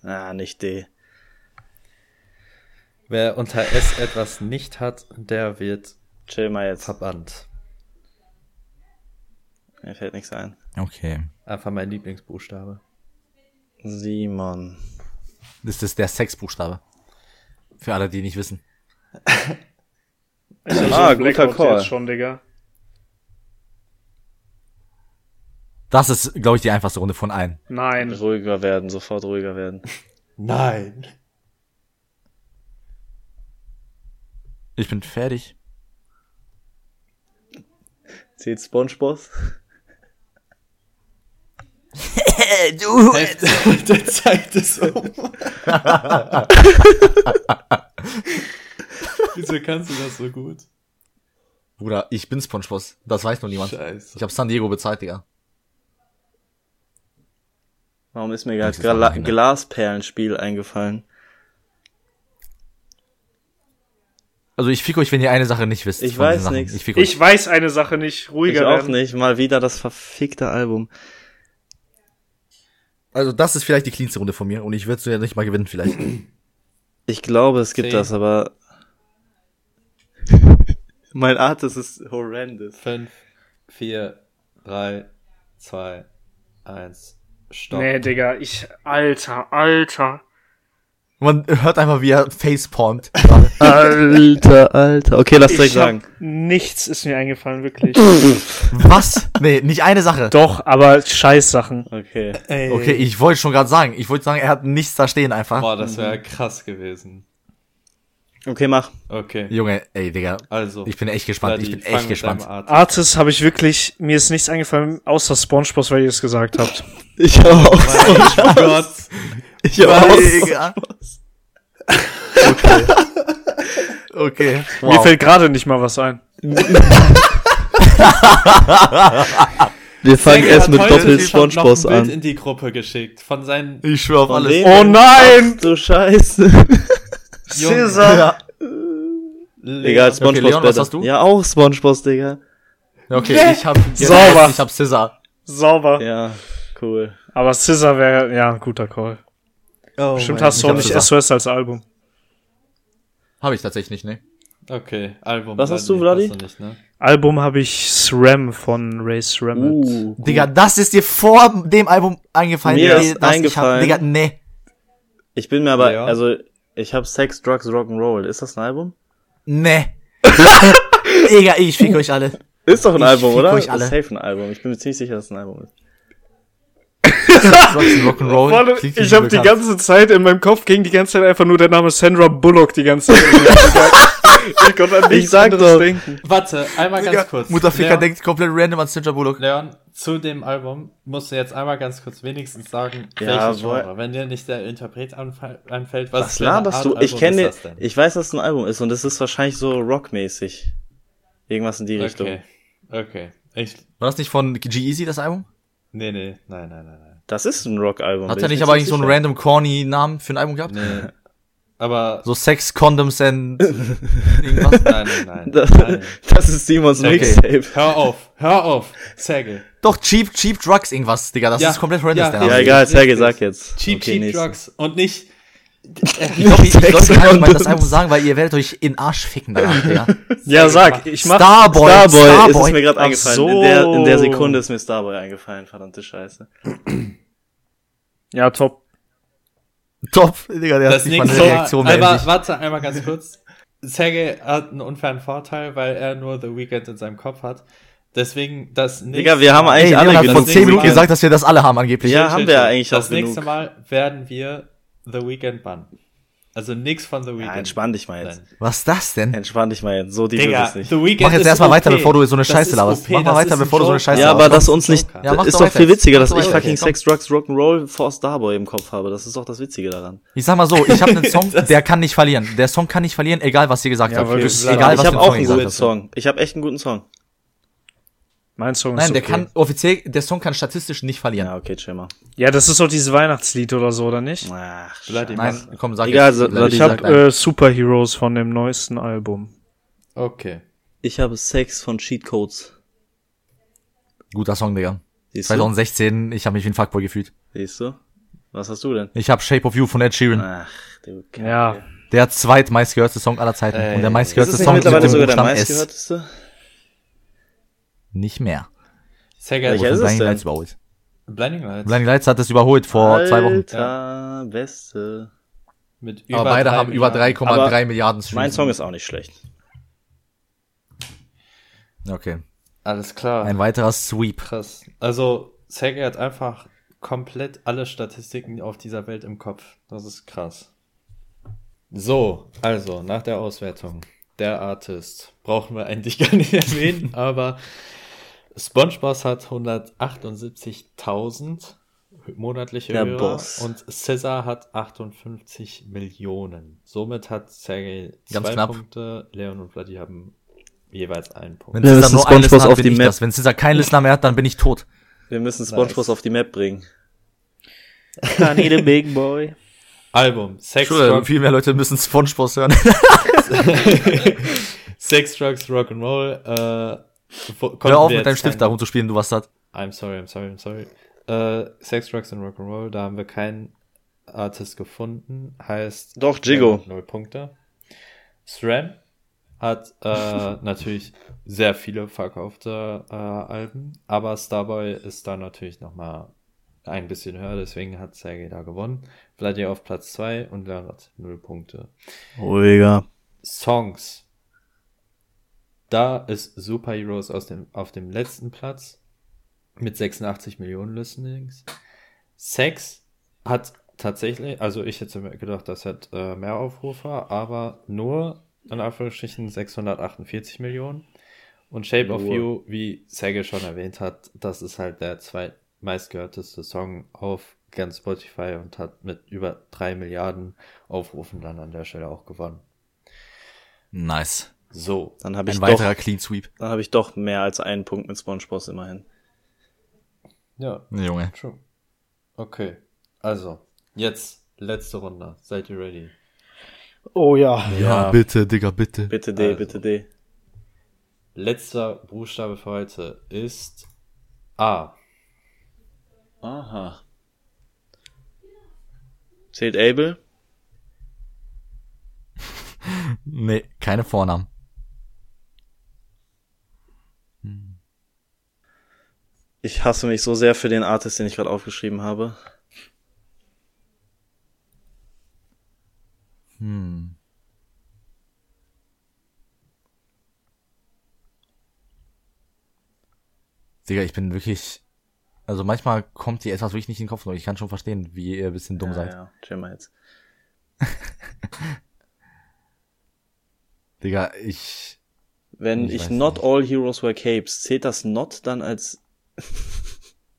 Speaker 3: Ah, nicht D.
Speaker 1: Wer unter S etwas nicht hat, der wird
Speaker 3: Chill mal jetzt.
Speaker 1: verbannt.
Speaker 3: Mir fällt nichts ein.
Speaker 2: Okay.
Speaker 1: Einfach mein Lieblingsbuchstabe.
Speaker 3: Simon.
Speaker 2: Das ist der Sexbuchstabe. Für alle, die nicht wissen.
Speaker 3: Ah, guter
Speaker 4: Blackout
Speaker 3: Call.
Speaker 4: jetzt schon, Digga.
Speaker 2: Das ist, glaube ich, die einfachste Runde von allen.
Speaker 4: Nein.
Speaker 3: Ruhiger werden, sofort ruhiger werden.
Speaker 1: Nein.
Speaker 2: Ich bin fertig.
Speaker 3: Zählt Spongebob?
Speaker 2: du!
Speaker 1: Der zeigt es um. Wieso kannst du das so gut?
Speaker 2: Bruder, ich bin SpongeBob. Das weiß nur niemand.
Speaker 1: Scheiße.
Speaker 2: Ich hab San Diego bezahlt, Digga.
Speaker 3: Warum ist mir gerade
Speaker 2: Das ist auch
Speaker 3: Gla
Speaker 2: meine.
Speaker 3: Glasperlenspiel eingefallen?
Speaker 2: Also ich fick euch, wenn ihr eine Sache nicht wisst.
Speaker 3: Ich
Speaker 2: von diesen
Speaker 3: weiß
Speaker 2: Sachen.
Speaker 3: nix.
Speaker 2: Ich fick euch.
Speaker 4: Ich weiß eine Sache nicht.
Speaker 3: Ich
Speaker 4: Ruhiger
Speaker 3: auch
Speaker 4: werden.
Speaker 3: nicht. Mal wieder das verfickte Album.
Speaker 2: Also, das ist vielleicht die cleanste Runde von mir und ich würde es ja nicht mal gewinnen, vielleicht.
Speaker 3: Ich glaube, es gibt
Speaker 1: Zehn.
Speaker 3: das, aber. mein Artist ist horrendous.
Speaker 1: 5, 4, 3, 2, 1, stopp.
Speaker 4: Nee, Digga, ich. Alter, Alter.
Speaker 2: Man hört einfach, wie er facepalmt.
Speaker 3: Alter, Alter. Okay, lass direkt
Speaker 4: Ich
Speaker 3: sagen.
Speaker 4: hab, nichts ist mir eingefallen, wirklich.
Speaker 2: Was? Nee, nicht eine Sache.
Speaker 4: Doch, aber Scheißsachen.
Speaker 3: Okay.
Speaker 2: Okay, ich wollte schon gerade sagen. Ich wollte sagen, er hat nichts da stehen einfach.
Speaker 1: Boah, das wäre krass gewesen.
Speaker 3: Okay, mach.
Speaker 1: Okay,
Speaker 2: Junge, ey, Digga.
Speaker 1: also.
Speaker 2: Ich bin echt gespannt. Ich
Speaker 1: Vladi,
Speaker 2: bin
Speaker 1: fang
Speaker 2: echt
Speaker 1: mit
Speaker 2: gespannt.
Speaker 1: deinem Arzt.
Speaker 4: Artis habe ich wirklich, mir ist nichts eingefallen, außer Spongebob, weil ihr es gesagt habt.
Speaker 3: Ich auch.
Speaker 1: Mein Gott.
Speaker 3: Ich auch.
Speaker 2: Digga. Okay. okay.
Speaker 4: Mir
Speaker 2: Wow.
Speaker 4: fällt gerade nicht mal was ein.
Speaker 3: Wir fangen
Speaker 1: Er hat
Speaker 3: erst mit
Speaker 1: heute
Speaker 3: doppel
Speaker 1: schon noch
Speaker 3: Spongebob
Speaker 1: ein Bild
Speaker 3: an.
Speaker 1: in die Gruppe geschickt von seinen
Speaker 2: Ich schwöre auf
Speaker 3: Von
Speaker 2: alles.
Speaker 3: wem?
Speaker 4: Oh nein!
Speaker 3: Du Scheiße.
Speaker 4: Caesar!
Speaker 3: Egal,
Speaker 1: Leon.
Speaker 3: Spongebob
Speaker 2: Okay, Leon, was
Speaker 3: besser.
Speaker 2: hast du?
Speaker 3: Ja, auch Spongebob, Digga.
Speaker 2: Ja, Okay, ich hab
Speaker 4: Sauber.
Speaker 2: Ich hab Scissor.
Speaker 4: Sauber.
Speaker 3: Ja, cool.
Speaker 4: Aber Scissor wäre, ja, ein guter Call. Bestimmt hast du
Speaker 2: ich
Speaker 4: auch
Speaker 2: hab
Speaker 4: nicht
Speaker 2: Scissor.
Speaker 4: SOS als Album.
Speaker 2: Hab ich tatsächlich nicht, ne?
Speaker 1: Okay, Album.
Speaker 3: Was hast du, Vladi?
Speaker 1: Hast du nicht, ne?
Speaker 4: Album habe ich SRAM von Ray Sramet.
Speaker 3: gut.
Speaker 2: Digga, das ist dir vor dem Album eingefallen.
Speaker 3: Mir
Speaker 2: nee,
Speaker 3: ist
Speaker 2: das
Speaker 3: eingefallen.
Speaker 2: Ich hab, Digga, ne, nee.
Speaker 3: Ich bin mir aber,
Speaker 1: Ja.
Speaker 3: also, ich hab Sex, Drugs, Rock'n'Roll. Ist das ein Album?
Speaker 2: Nee. ne. Digga, ich fick euch alle.
Speaker 3: Ist doch ein
Speaker 2: Ich
Speaker 3: Album,
Speaker 2: fick
Speaker 3: oder?
Speaker 2: euch
Speaker 3: Ist
Speaker 2: alle.
Speaker 3: safe ein Album. Ich bin mir ziemlich sicher, dass es ein Album ist.
Speaker 2: Rock'n'Roll.
Speaker 4: Warte,
Speaker 2: klingt
Speaker 4: ich
Speaker 2: mir
Speaker 4: habe die
Speaker 2: bekannt.
Speaker 4: ganze Zeit in meinem Kopf ging die ganze Zeit einfach nur der Name Sandra Bullock die ganze Zeit. ich konnte an nichts
Speaker 3: sag
Speaker 4: anderes
Speaker 3: doch.
Speaker 4: denken.
Speaker 1: Warte, einmal
Speaker 2: Digga,
Speaker 1: ganz kurz.
Speaker 2: Mutterficker
Speaker 1: Leon,
Speaker 2: denkt komplett random an Sandra Bullock.
Speaker 1: Leon, zu dem Album musst du jetzt einmal ganz kurz wenigstens sagen,
Speaker 3: Ja,
Speaker 1: welches
Speaker 3: wohl.
Speaker 1: Genre. Wenn dir nicht der Interpret anfall- anfällt, was
Speaker 3: Was laberst
Speaker 1: für eine
Speaker 3: du?
Speaker 1: Art
Speaker 3: Ich
Speaker 1: Album
Speaker 3: kenne,
Speaker 1: ist das denn?
Speaker 3: ich weiß, dass es ein Album ist und es ist wahrscheinlich so rockmäßig. Irgendwas in die Richtung.
Speaker 1: Okay, okay. Ich,
Speaker 2: War das nicht von G-Eazy, das Album?
Speaker 1: nee, nee, nein, nein, nein,
Speaker 3: Das ist ein Rockalbum.
Speaker 2: Hat
Speaker 3: bin
Speaker 2: er
Speaker 3: ich
Speaker 2: nicht
Speaker 3: mir
Speaker 2: aber eigentlich
Speaker 3: ziemlich
Speaker 2: so einen
Speaker 3: sicher.
Speaker 2: random corny Namen für ein Album gehabt?
Speaker 1: nein. Nee. Aber,
Speaker 2: So Sex, Condoms and irgendwas?
Speaker 1: nein, nein, nein,
Speaker 3: Das-
Speaker 1: nein.
Speaker 3: Das ist Simons
Speaker 2: Okay.
Speaker 3: Mixtape.
Speaker 1: Hör auf, hör auf, Zegel.
Speaker 2: Doch, Cheap, Cheap Drugs irgendwas, Digga. Das
Speaker 1: Ja,
Speaker 2: ist komplett random,
Speaker 1: ja,
Speaker 2: der
Speaker 1: ja,
Speaker 2: Name.
Speaker 3: Ja, egal,
Speaker 1: richtig.
Speaker 3: Sergei, sag jetzt.
Speaker 1: Cheap,
Speaker 3: Okay,
Speaker 1: cheap
Speaker 3: nächste.
Speaker 1: Drugs und nicht, äh,
Speaker 2: Ich glaube, ich, ich glaub,
Speaker 3: Sex
Speaker 2: ihr könnt
Speaker 3: und
Speaker 2: mal das
Speaker 3: Dünns.
Speaker 2: Album sagen, weil ihr werdet euch in den Arsch ficken danach, Digga.
Speaker 4: Ja, sag, ich mach
Speaker 2: Starboy,
Speaker 3: Starboy, ist es
Speaker 2: Starboy.
Speaker 3: mir gerade
Speaker 4: Ach
Speaker 3: eingefallen.
Speaker 4: so.
Speaker 3: In, der, in der Sekunde ist mir Starboy eingefallen, verdammte Scheiße.
Speaker 4: Ja, top.
Speaker 2: Top, Digga, der
Speaker 1: das
Speaker 2: hat nicht mal eine
Speaker 1: nächste Mal,
Speaker 2: Reaktion mehr in
Speaker 1: aber
Speaker 2: sich.
Speaker 1: warte einmal ganz kurz. Sergei hat einen unfairen Vorteil, weil er nur The Weeknd in seinem Kopf hat. Deswegen das nächste
Speaker 3: Digga, wir haben
Speaker 1: Mal-
Speaker 2: Ey,
Speaker 3: eigentlich
Speaker 2: Leon
Speaker 3: alle
Speaker 2: hat vor
Speaker 1: genannt.
Speaker 3: genug.
Speaker 2: 10 Minuten
Speaker 1: Mal-
Speaker 2: gesagt, dass wir das alle haben angeblich.
Speaker 1: Chill,
Speaker 3: Ja,
Speaker 1: chill,
Speaker 3: haben wir
Speaker 1: chill.
Speaker 3: ja eigentlich
Speaker 1: Das
Speaker 3: auch
Speaker 1: nächste
Speaker 3: genug.
Speaker 1: Mal werden wir The Weeknd bannen. Also nix von The Weeknd.
Speaker 3: Ja, entspann dich mal jetzt.
Speaker 1: Nein.
Speaker 2: Was ist das denn?
Speaker 3: Entspann dich mal jetzt. So deep
Speaker 1: Digga,
Speaker 3: ist es nicht.
Speaker 1: The Weeknd
Speaker 2: Mach jetzt
Speaker 1: ist
Speaker 2: erstmal
Speaker 1: OP.
Speaker 2: weiter, bevor du so eine
Speaker 1: Das
Speaker 2: Scheiße
Speaker 1: ist
Speaker 2: laberst.
Speaker 1: OP,
Speaker 2: Mach mal
Speaker 1: das
Speaker 2: weiter,
Speaker 1: ist ein
Speaker 2: bevor du so eine
Speaker 1: Joker.
Speaker 2: Scheiße
Speaker 3: Ja,
Speaker 2: aber
Speaker 3: aber
Speaker 2: komm,
Speaker 3: dass uns nicht.
Speaker 2: Ja, mach
Speaker 3: ist
Speaker 2: doch
Speaker 3: doch
Speaker 2: weiter
Speaker 3: viel
Speaker 2: jetzt.
Speaker 3: witziger, dass
Speaker 2: Mach doch
Speaker 3: ich
Speaker 2: weiter,
Speaker 3: fucking
Speaker 2: okay,
Speaker 3: Sex, Drugs, Rock'n'Roll vor Starboy im Kopf habe. Das ist doch das Witzige daran.
Speaker 2: Ich sag mal so, ich habe einen Song, der kann nicht verlieren. Der Song kann nicht verlieren, egal was ihr gesagt
Speaker 4: Ja,
Speaker 2: habt.
Speaker 4: wirklich,
Speaker 2: Ist
Speaker 4: Vlad,
Speaker 2: egal,
Speaker 3: ich
Speaker 2: was
Speaker 3: habe
Speaker 2: ihr
Speaker 3: auch
Speaker 2: vorhin gesagt
Speaker 3: einen guten
Speaker 2: habt.
Speaker 3: Song. Ich habe echt einen guten Song.
Speaker 4: Mein Song ist
Speaker 2: Nein, der
Speaker 4: okay.
Speaker 2: kann offiziell, der Song kann statistisch nicht verlieren.
Speaker 3: Ja, okay, chill mal.
Speaker 4: Ja, das ist doch dieses Weihnachtslied oder so, oder nicht?
Speaker 3: Ach,
Speaker 1: Bloody
Speaker 3: Scheiße.
Speaker 2: Nein, komm, sag
Speaker 3: Egal,
Speaker 2: jetzt.
Speaker 3: so-
Speaker 2: Leute,
Speaker 3: ich
Speaker 4: Ich
Speaker 3: sag
Speaker 4: hab
Speaker 2: nein.
Speaker 4: äh, Superheroes von dem neuesten Album.
Speaker 1: Okay.
Speaker 3: Ich habe Sex von Cheatcodes.
Speaker 2: Guter Song, Digga.
Speaker 3: Siehst du?
Speaker 2: 2016, ich habe mich wie ein Fuckboy gefühlt.
Speaker 3: Siehst du? Was hast du denn?
Speaker 2: Ich habe Shape of You von Ed Sheeran.
Speaker 3: Ach, du Kacke.
Speaker 4: Ja.
Speaker 2: Der zweitmeistgehörte Song aller Zeiten.
Speaker 1: Ey.
Speaker 2: Und der
Speaker 3: Äh, Ist
Speaker 2: meistgehörte
Speaker 3: es nicht
Speaker 2: Song mit dem
Speaker 3: mittlerweile sogar der
Speaker 2: Buchstaben S.
Speaker 3: meistgehörteste?
Speaker 2: Nicht mehr.
Speaker 1: Sergei,
Speaker 3: Welcher
Speaker 2: Von
Speaker 3: ist es
Speaker 2: Blinding
Speaker 3: denn?
Speaker 2: Lights überholt.
Speaker 1: Blinding Lights.
Speaker 2: Blinding Lights hat es überholt vor zwei Wochen.
Speaker 3: Alter, beste.
Speaker 1: Mit über
Speaker 2: Aber beide
Speaker 1: drei
Speaker 2: haben über
Speaker 1: Milliarden.
Speaker 2: 3,3 Milliarden Streams.
Speaker 3: Mein Song ist auch nicht schlecht.
Speaker 2: Okay.
Speaker 1: Alles klar.
Speaker 2: Ein weiterer Sweep.
Speaker 1: Krass. Also, Sergei hat einfach komplett alle Statistiken auf dieser Welt im Kopf. Das ist krass. So, also, nach der Auswertung der Artist brauchen wir eigentlich gar nicht erwähnen, aber SpongeBob hat 178.000 monatliche
Speaker 3: Der
Speaker 1: Hörer
Speaker 3: Boss.
Speaker 1: und Cesar hat 58 Millionen. Somit hat Sergei
Speaker 2: Ganz
Speaker 1: zwei
Speaker 2: knapp.
Speaker 1: Punkte, Leon und Vladi haben jeweils einen Punkt.
Speaker 2: Wenn
Speaker 3: Wir
Speaker 2: Cesar
Speaker 3: müssen
Speaker 2: nur einen
Speaker 3: SpongeBob
Speaker 2: Listener hat,
Speaker 3: auf
Speaker 2: bin
Speaker 3: die
Speaker 2: ich
Speaker 3: Map.
Speaker 2: das. Wenn Cesar keinen Listener mehr hat, dann bin ich tot.
Speaker 3: Wir müssen SpongeBob
Speaker 1: Nice.
Speaker 3: auf die Map bringen.
Speaker 4: I need a big boy.
Speaker 1: Album, Sex,
Speaker 2: Entschuldigung,
Speaker 1: Rock,
Speaker 2: viel mehr Leute müssen Spongebob hören.
Speaker 1: Sex, Drugs, Rock'n'Roll. Äh, wo- konnten
Speaker 2: Hör auf,
Speaker 1: wir
Speaker 2: mit deinem
Speaker 1: jetzt
Speaker 2: Stift da
Speaker 1: keinen-
Speaker 2: rumzuspielen, du Bastard.
Speaker 1: I'm sorry, I'm sorry, I'm sorry. äh, Sex, Drugs and Rock'n'Roll, da haben wir keinen Artist gefunden. Heißt.
Speaker 3: Doch, Jigo.
Speaker 1: äh, Null Punkte. SRAM hat äh, natürlich sehr viele verkaufte äh, Alben, aber Starboy ist da natürlich nochmal ein bisschen höher, deswegen hat Sergei da gewonnen. Vladi auf Platz 2 und Leonard null Punkte.
Speaker 3: Ruhiger.
Speaker 1: Songs. Da ist Superheroes aus dem, auf dem letzten Platz mit 86 Millionen Listenings. Sex hat tatsächlich, also ich hätte mir gedacht, das hat äh, mehr Aufrufe, aber nur in Anführungsstrichen 648 Millionen. Und Shape of
Speaker 3: Nur.
Speaker 1: You, wie Sergei schon erwähnt hat, das ist halt der zweitmeistgehörteste Song auf ganz Spotify und hat mit über 3 Milliarden Aufrufen dann an der Stelle auch gewonnen.
Speaker 2: Nice.
Speaker 1: So,
Speaker 3: Dann habe ich
Speaker 2: Ein
Speaker 3: doch,
Speaker 2: weiterer Clean Sweep.
Speaker 3: dann habe ich doch mehr als einen Punkt mit SpongeBob immerhin.
Speaker 1: ja,
Speaker 2: Nee, Junge.
Speaker 1: true. Okay, also, jetzt letzte Runde. Seid ihr ready?
Speaker 4: Oh ja.
Speaker 2: Ja, bitte, Digga, bitte.
Speaker 3: Bitte D,
Speaker 1: Also.
Speaker 3: bitte D.
Speaker 1: Letzter Buchstabe für heute ist A.
Speaker 3: Aha. Zählt Abel?
Speaker 2: Nee, keine Vornamen.
Speaker 3: Ich hasse mich so sehr für den Artist, den ich gerade aufgeschrieben habe.
Speaker 2: Hm. Digga, ich bin wirklich. Also manchmal kommt dir etwas wirklich nicht in den Kopf, aber ich kann schon verstehen, wie ihr ein bisschen dumm
Speaker 3: ja,
Speaker 2: seid.
Speaker 3: Ja, chill mal jetzt.
Speaker 2: Digga, ich.
Speaker 3: Wenn
Speaker 2: Ich
Speaker 3: ich,
Speaker 2: weiß
Speaker 3: Not
Speaker 2: nicht.
Speaker 3: All Heroes Wear Capes, zählt das Not dann als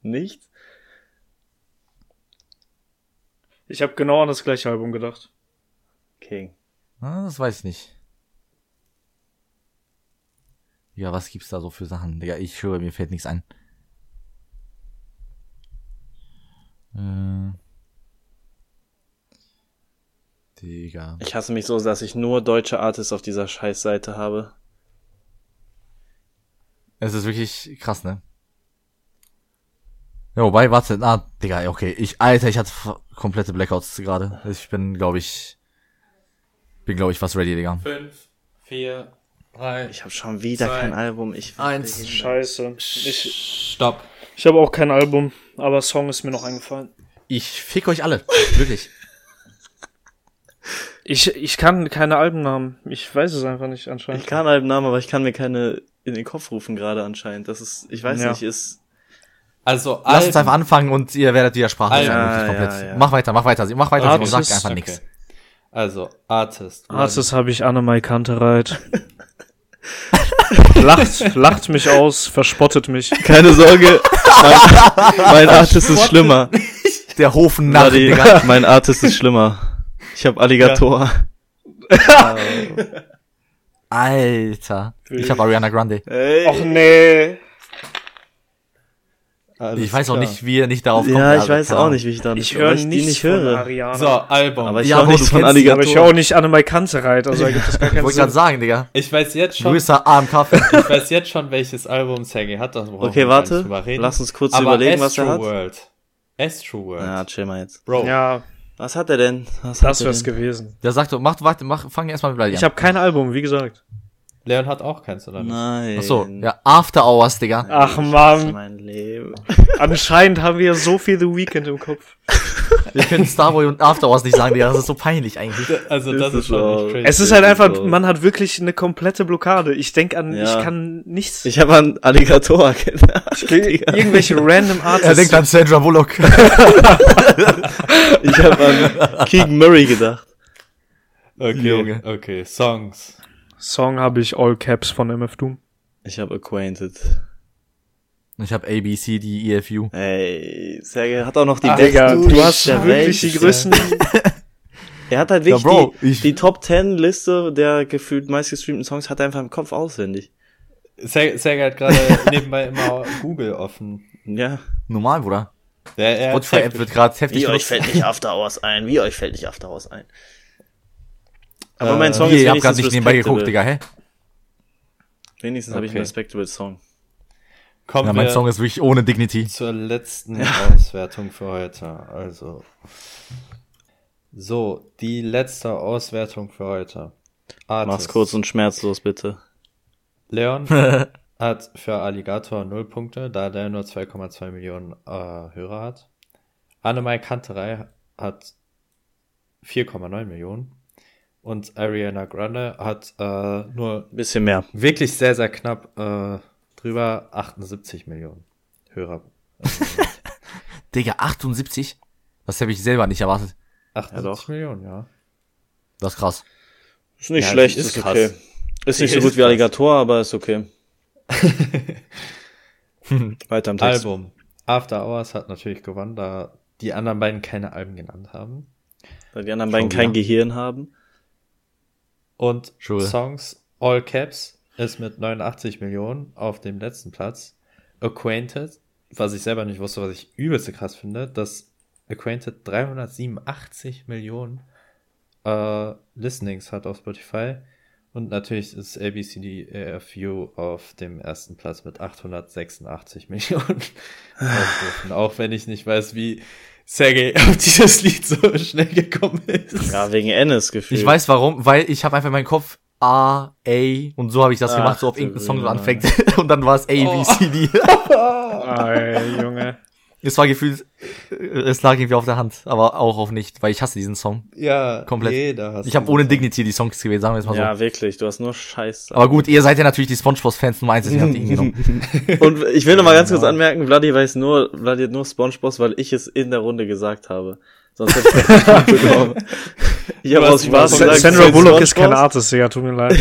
Speaker 3: nicht?
Speaker 4: Ich habe genau an das gleiche Album gedacht.
Speaker 3: Okay.
Speaker 2: Ah, das weiß ich nicht. Ja, was gibt's da so für Sachen? Digga, ich höre, mir fällt nichts ein. Äh. Digga.
Speaker 3: Ich hasse mich so, dass ich nur deutsche Artists auf dieser Scheißseite habe.
Speaker 2: Es ist wirklich krass, ne? Ja, wobei, warte, na, Digga, okay, ich, Alter, ich hatte f- komplette Blackouts gerade. Ich bin, glaube ich, bin, glaube ich, fast ready, Digga.
Speaker 1: 5, 4, 3,
Speaker 3: Ich habe schon wieder
Speaker 1: Zwei.
Speaker 3: kein Album. Ich
Speaker 2: Eins.
Speaker 4: Scheiße. Ich,
Speaker 1: Stopp.
Speaker 4: ich habe auch kein Album, aber Song ist mir noch eingefallen.
Speaker 2: Ich fick euch alle, wirklich.
Speaker 4: Ich, ich kann keine Albennamen. Ich weiß es einfach nicht anscheinend.
Speaker 3: Ich kann einen Namen, aber ich kann mir keine in den Kopf rufen gerade anscheinend. Das ist, ich weiß
Speaker 4: Ja.
Speaker 3: nicht, ist
Speaker 1: Also,
Speaker 2: Lasst uns einfach anfangen und ihr werdet wieder sprachlos
Speaker 1: Alter,
Speaker 2: sein, wirklich
Speaker 3: ja,
Speaker 2: komplett.
Speaker 3: ja.
Speaker 2: Mach weiter, mach weiter, sie- mach weiter,
Speaker 4: Ah,
Speaker 2: Simon,
Speaker 4: das
Speaker 2: sagt
Speaker 4: ist-
Speaker 2: einfach nichts.
Speaker 1: Also, Artist.
Speaker 3: Ah,
Speaker 4: Artist habe ich Annemai Kantereit. lacht, lacht mich aus, verspottet mich.
Speaker 3: keine Sorge. mein, mein Artist ist schlimmer.
Speaker 2: Der Hofen nach,
Speaker 3: Bloody,
Speaker 2: Digga.
Speaker 3: mein Artist ist schlimmer. Ich habe Alligator.
Speaker 2: Alter. Ich habe Ariana Grande.
Speaker 4: Och nee.
Speaker 1: Alles
Speaker 2: Ich weiß auch
Speaker 1: klar.
Speaker 2: nicht, wie ihr nicht darauf kommt.
Speaker 3: Ja, ich
Speaker 2: also,
Speaker 3: weiß
Speaker 2: keine
Speaker 3: auch
Speaker 2: Ahnung.
Speaker 3: nicht, wie ich da
Speaker 4: Ich
Speaker 3: weil
Speaker 4: höre
Speaker 3: die
Speaker 4: nichts
Speaker 3: nicht
Speaker 4: von
Speaker 3: höre.
Speaker 4: Ariana.
Speaker 1: So, Album.
Speaker 3: ah. Aber ich
Speaker 2: Ja,
Speaker 3: höre
Speaker 2: aber
Speaker 3: nichts
Speaker 2: du
Speaker 3: von
Speaker 2: kennst
Speaker 4: aber ich höre
Speaker 3: Alligator.
Speaker 4: auch nicht Annemai Kantereit, also ergibt das gar
Speaker 2: Ich
Speaker 4: keinen
Speaker 2: wollte gerade
Speaker 4: Sinn.
Speaker 2: sagen, Digga.
Speaker 1: ich weiß jetzt
Speaker 2: Du
Speaker 1: schon,
Speaker 2: bist der AMK-Fan.
Speaker 1: ich weiß jetzt schon, welches Album Sergei hat. Das brauchen
Speaker 3: Okay,
Speaker 1: wir gar nicht
Speaker 3: warte.
Speaker 1: drüber reden.
Speaker 3: Lass uns kurz
Speaker 1: Aber
Speaker 3: überlegen, was
Speaker 1: Astro
Speaker 3: er hat.
Speaker 1: World. Astro World.
Speaker 3: Ja, chill mal jetzt.
Speaker 1: Bro.
Speaker 4: Ja,
Speaker 3: Was hat er denn? Was hat
Speaker 4: das
Speaker 3: er
Speaker 4: wär's
Speaker 3: denn?
Speaker 4: gewesen.
Speaker 2: Ja, sag doch, mach, warte, mach, fang erstmal mit Bloody an.
Speaker 4: Ich habe kein Album, wie gesagt.
Speaker 1: Leon hat auch keins, oder nicht?
Speaker 3: Nein.
Speaker 2: Ach so, ja, After Hours, Digga.
Speaker 4: Ach
Speaker 3: Das ist
Speaker 4: man,
Speaker 3: mein Leben.
Speaker 4: anscheinend haben wir so viel The Weeknd im Kopf.
Speaker 2: Wir können Starboy und After Hours nicht sagen, Digga. Das ist so peinlich eigentlich.
Speaker 1: Also, das
Speaker 3: Ist
Speaker 1: ist
Speaker 3: es
Speaker 1: schon
Speaker 3: auch.
Speaker 1: nicht crazy.
Speaker 4: Es ist halt einfach, man hat wirklich eine komplette Blockade. Ich denk an,
Speaker 3: Ja.
Speaker 4: ich kann nichts.
Speaker 3: Ich habe an Alligator gedacht.
Speaker 4: Ich will irgendwelche random Artists.
Speaker 2: an Sandra Bullock.
Speaker 3: Ich habe an King Murray gedacht.
Speaker 1: okay,
Speaker 2: Junge.
Speaker 1: okay. Songs.
Speaker 4: Song habe ich All Caps von MF Doom.
Speaker 3: Ich habe Acquainted.
Speaker 2: Ich hab A, B, C, D, E, F, U.
Speaker 3: Ey, Sergei hat auch noch die
Speaker 1: Ach,
Speaker 3: besten.
Speaker 4: Digga,
Speaker 1: du
Speaker 4: du hast
Speaker 3: Scheiße.
Speaker 4: wirklich die größten.
Speaker 3: Er hat halt wirklich
Speaker 2: Ja, Bro,
Speaker 3: die,
Speaker 2: ich-
Speaker 3: die Top 10 Liste der gefühlt meistgestreamten Songs hat er einfach im Kopf auswendig.
Speaker 1: Ser- Sergei hat gerade nebenbei immer Google offen.
Speaker 3: Ja.
Speaker 2: Normal, Bruder.
Speaker 1: Der, er
Speaker 2: Spotify-App wird gerade heftig benutzt.
Speaker 3: nicht After Hours ein? Wie euch fällt nicht After Hours ein? Aber
Speaker 1: Äh,
Speaker 3: mein Song
Speaker 2: Hier,
Speaker 3: ist
Speaker 2: ihr habt
Speaker 3: wenigstens
Speaker 2: grad nicht nebenbei
Speaker 3: respectable.
Speaker 2: geguckt, Digga, hä?
Speaker 3: Wenigstens habe ich einen
Speaker 1: Okay.
Speaker 3: respectable Song.
Speaker 1: Kommen
Speaker 2: Ja, mein Song ist wirklich ohne Dignity.
Speaker 1: zur letzten Auswertung für heute. Also. So, die letzte Auswertung für heute. Artis.
Speaker 3: Mach's kurz und schmerzlos, bitte.
Speaker 1: Leon hat für Alligator 0 Punkte, da der nur 2,2 Millionen äh, Hörer hat. Annemai Kanterei hat 4,9 Millionen. Und Ariana Grande hat äh, nur
Speaker 3: Bisschen mehr.
Speaker 1: wirklich sehr, sehr knapp äh, drüber 78 Millionen Hörer.
Speaker 2: Digga, 78? Das hätte ich selber nicht erwartet.
Speaker 1: 78
Speaker 3: doch.
Speaker 1: Millionen, ja.
Speaker 2: Das ist krass.
Speaker 3: Ist nicht
Speaker 1: Ja,
Speaker 3: schlecht,
Speaker 1: ist
Speaker 3: ist,
Speaker 1: krass.
Speaker 3: okay. Ist nicht so
Speaker 1: Ist
Speaker 3: gut wie
Speaker 1: krass.
Speaker 3: Alligator, aber ist okay. Weiter am Text.
Speaker 2: Also.
Speaker 1: Album. After Hours hat natürlich gewonnen, da die anderen beiden keine Alben genannt haben.
Speaker 3: Weil die anderen beiden
Speaker 2: Schon
Speaker 3: kein
Speaker 2: wieder.
Speaker 3: Gehirn haben.
Speaker 1: Und
Speaker 2: Sure.
Speaker 1: Songs All Caps ist mit 89 Millionen auf dem letzten Platz. Acquainted, was ich selber nicht wusste, was ich übelst krass finde, dass Acquainted 387 Millionen äh, Listenings hat auf Spotify. Und natürlich ist ABCDFU E auf dem ersten Platz mit 886 Millionen Aufrufen. Auch wenn ich nicht weiß, wie Sergei auf dieses Lied so schnell gekommen ist.
Speaker 3: Ja, wegen Ennis gefühlt.
Speaker 2: Ich weiß warum, weil ich habe einfach in meinem Kopf A, A und so habe ich das
Speaker 3: Ach,
Speaker 2: gemacht, so auf
Speaker 3: du
Speaker 2: irgendeinen Song so
Speaker 3: Junge.
Speaker 2: anfängt und dann war es A,
Speaker 3: Oh.
Speaker 2: B, C, D.
Speaker 4: Ey, Junge.
Speaker 2: Es war gefühlt, äh, es lag irgendwie auf der Hand, aber auch auf nicht, weil ich hasse diesen Song.
Speaker 1: Ja,
Speaker 2: Komplett.
Speaker 1: jeder hasst
Speaker 2: Ich habe
Speaker 1: diesen
Speaker 2: ohne
Speaker 1: Song.
Speaker 2: Dignity die Songs gewählt, sagen wir es mal
Speaker 3: Ja,
Speaker 2: so.
Speaker 3: wirklich, du hast nur Scheiß.
Speaker 2: Aber gut, ihr seid ja natürlich die Spongebob-Fans Nummer eins, deswegen habt ihr ihn genommen.
Speaker 3: Und ich will noch mal ganz kurz anmerken, Vladi weiß nur, Vladi hat nur Spongebob, weil ich es in der Runde gesagt habe. Sonst hätte ich es nicht bekommen. Ich habe
Speaker 1: Du hast
Speaker 3: aus Spaß
Speaker 1: Sa-
Speaker 3: gesagt,
Speaker 4: Sandra
Speaker 3: ich will
Speaker 4: Bullock ist keine
Speaker 3: SpongeBob.
Speaker 4: Artist, Digga, tut mir leid.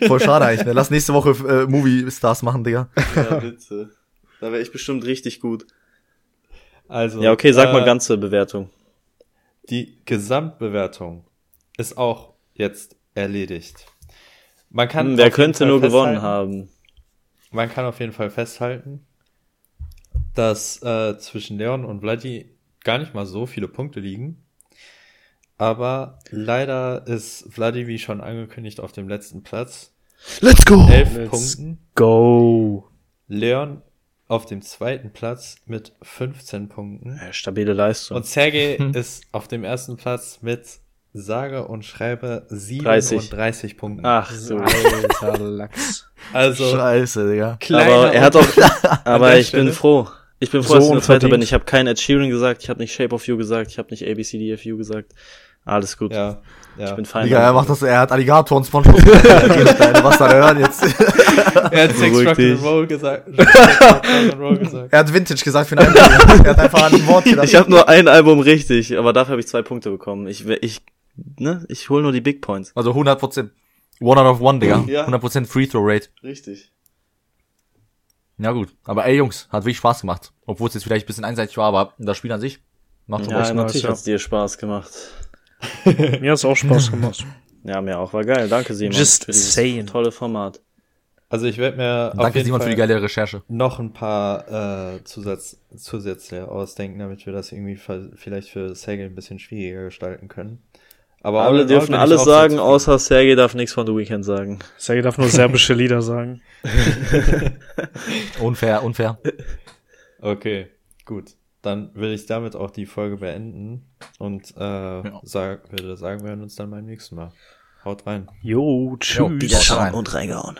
Speaker 4: Ja.
Speaker 2: Voll schade eigentlich, ne? Lass nächste Woche äh, Movie-Stars machen, Digga.
Speaker 3: Ja, bitte. Da wäre ich bestimmt richtig gut.
Speaker 1: Also,
Speaker 3: Ja, okay, sag mal
Speaker 1: äh,
Speaker 3: ganze Bewertung.
Speaker 1: Die Gesamtbewertung ist auch jetzt erledigt. Man kann
Speaker 3: Hm,
Speaker 1: auf
Speaker 3: wer
Speaker 1: jeden
Speaker 3: könnte
Speaker 1: Fall
Speaker 3: nur gewonnen
Speaker 1: festhalten-
Speaker 3: haben?
Speaker 1: Man kann auf jeden Fall festhalten, dass äh, zwischen Leon und Vladi gar nicht mal so viele Punkte liegen. Aber leider ist Vladi, wie schon angekündigt, auf dem letzten Platz.
Speaker 2: Let's go!
Speaker 1: Elf
Speaker 4: let's-
Speaker 1: Punkten.
Speaker 4: Go.
Speaker 1: Leon auf dem zweiten Platz mit 15 Punkten.
Speaker 3: Ja, Stabile Leistung.
Speaker 1: Und Sergej ist auf dem ersten Platz mit sage und schreibe 37 Punkten.
Speaker 3: Ach so.
Speaker 4: Alter Lachs.
Speaker 1: also
Speaker 2: Scheiße, Digga.
Speaker 1: kleiner
Speaker 3: aber er hat auch, aber
Speaker 1: der
Speaker 3: ich bin
Speaker 1: Stelle.
Speaker 3: froh. Ich bin froh,
Speaker 4: So
Speaker 3: dass ich nur Zweiter
Speaker 4: unverdient.
Speaker 3: bin. Ich habe kein Ed Sheeran gesagt, ich habe nicht Shape of You gesagt, ich habe nicht ABCDFU gesagt. Alles gut.
Speaker 1: ja, ja.
Speaker 3: Ich bin fein.
Speaker 2: Digga, er
Speaker 3: damit.
Speaker 2: macht das, er hat Alligator und Spongebob. Was da hören jetzt?
Speaker 1: er hat Sex
Speaker 3: Beruhig
Speaker 1: Rock
Speaker 3: dich.
Speaker 1: and Roll gesagt. Rock and Roll gesagt.
Speaker 2: Er hat Vintage gesagt für ein Album. Er hat einfach ein Wort
Speaker 3: Ich habe nur ein Album richtig, aber dafür habe ich zwei Punkte bekommen. Ich, ich, ne, ich hole nur die Big Points.
Speaker 2: Also 100%. One out of one, Digga.
Speaker 3: Ja.
Speaker 2: 100% Free Throw Rate.
Speaker 3: Richtig.
Speaker 2: Ja gut. Aber ey Jungs, hat wirklich Spaß gemacht. Obwohl es jetzt vielleicht ein bisschen einseitig war, aber das Spiel an sich macht schon
Speaker 3: Ja,
Speaker 2: Bock.
Speaker 4: nice,
Speaker 3: natürlich
Speaker 4: ja. genau,
Speaker 3: hat's dir Spaß gemacht.
Speaker 4: Mir hat's auch Spaß gemacht.
Speaker 3: Ja, mir auch. War geil. Danke, Simon.
Speaker 4: Just
Speaker 3: für dieses
Speaker 4: saying.
Speaker 3: tolle Format.
Speaker 1: Also ich werde mir auf
Speaker 2: Danke
Speaker 1: jeden
Speaker 2: Simon
Speaker 1: Fall
Speaker 2: für die geile Recherche.
Speaker 1: noch ein paar äh, Zusatz, Zusätze ausdenken, damit wir das irgendwie ver- vielleicht für Sergej ein bisschen schwieriger gestalten können. Aber all in
Speaker 3: Alle
Speaker 1: all
Speaker 3: dürfen
Speaker 1: bin ich auch
Speaker 3: alles
Speaker 1: sehr
Speaker 3: sagen,
Speaker 1: zufrieden.
Speaker 3: außer Sergej darf nichts von The Weeknd sagen.
Speaker 4: Sergei darf nur serbische Lieder sagen.
Speaker 2: Unfair, unfair.
Speaker 1: Okay, gut. Dann will ich damit auch die Folge beenden und äh, sag, würde sagen, wir hören uns dann beim nächsten Mal. Haut rein.
Speaker 4: Jo, tschüss.
Speaker 2: Wiederschauen
Speaker 3: und reingehauen.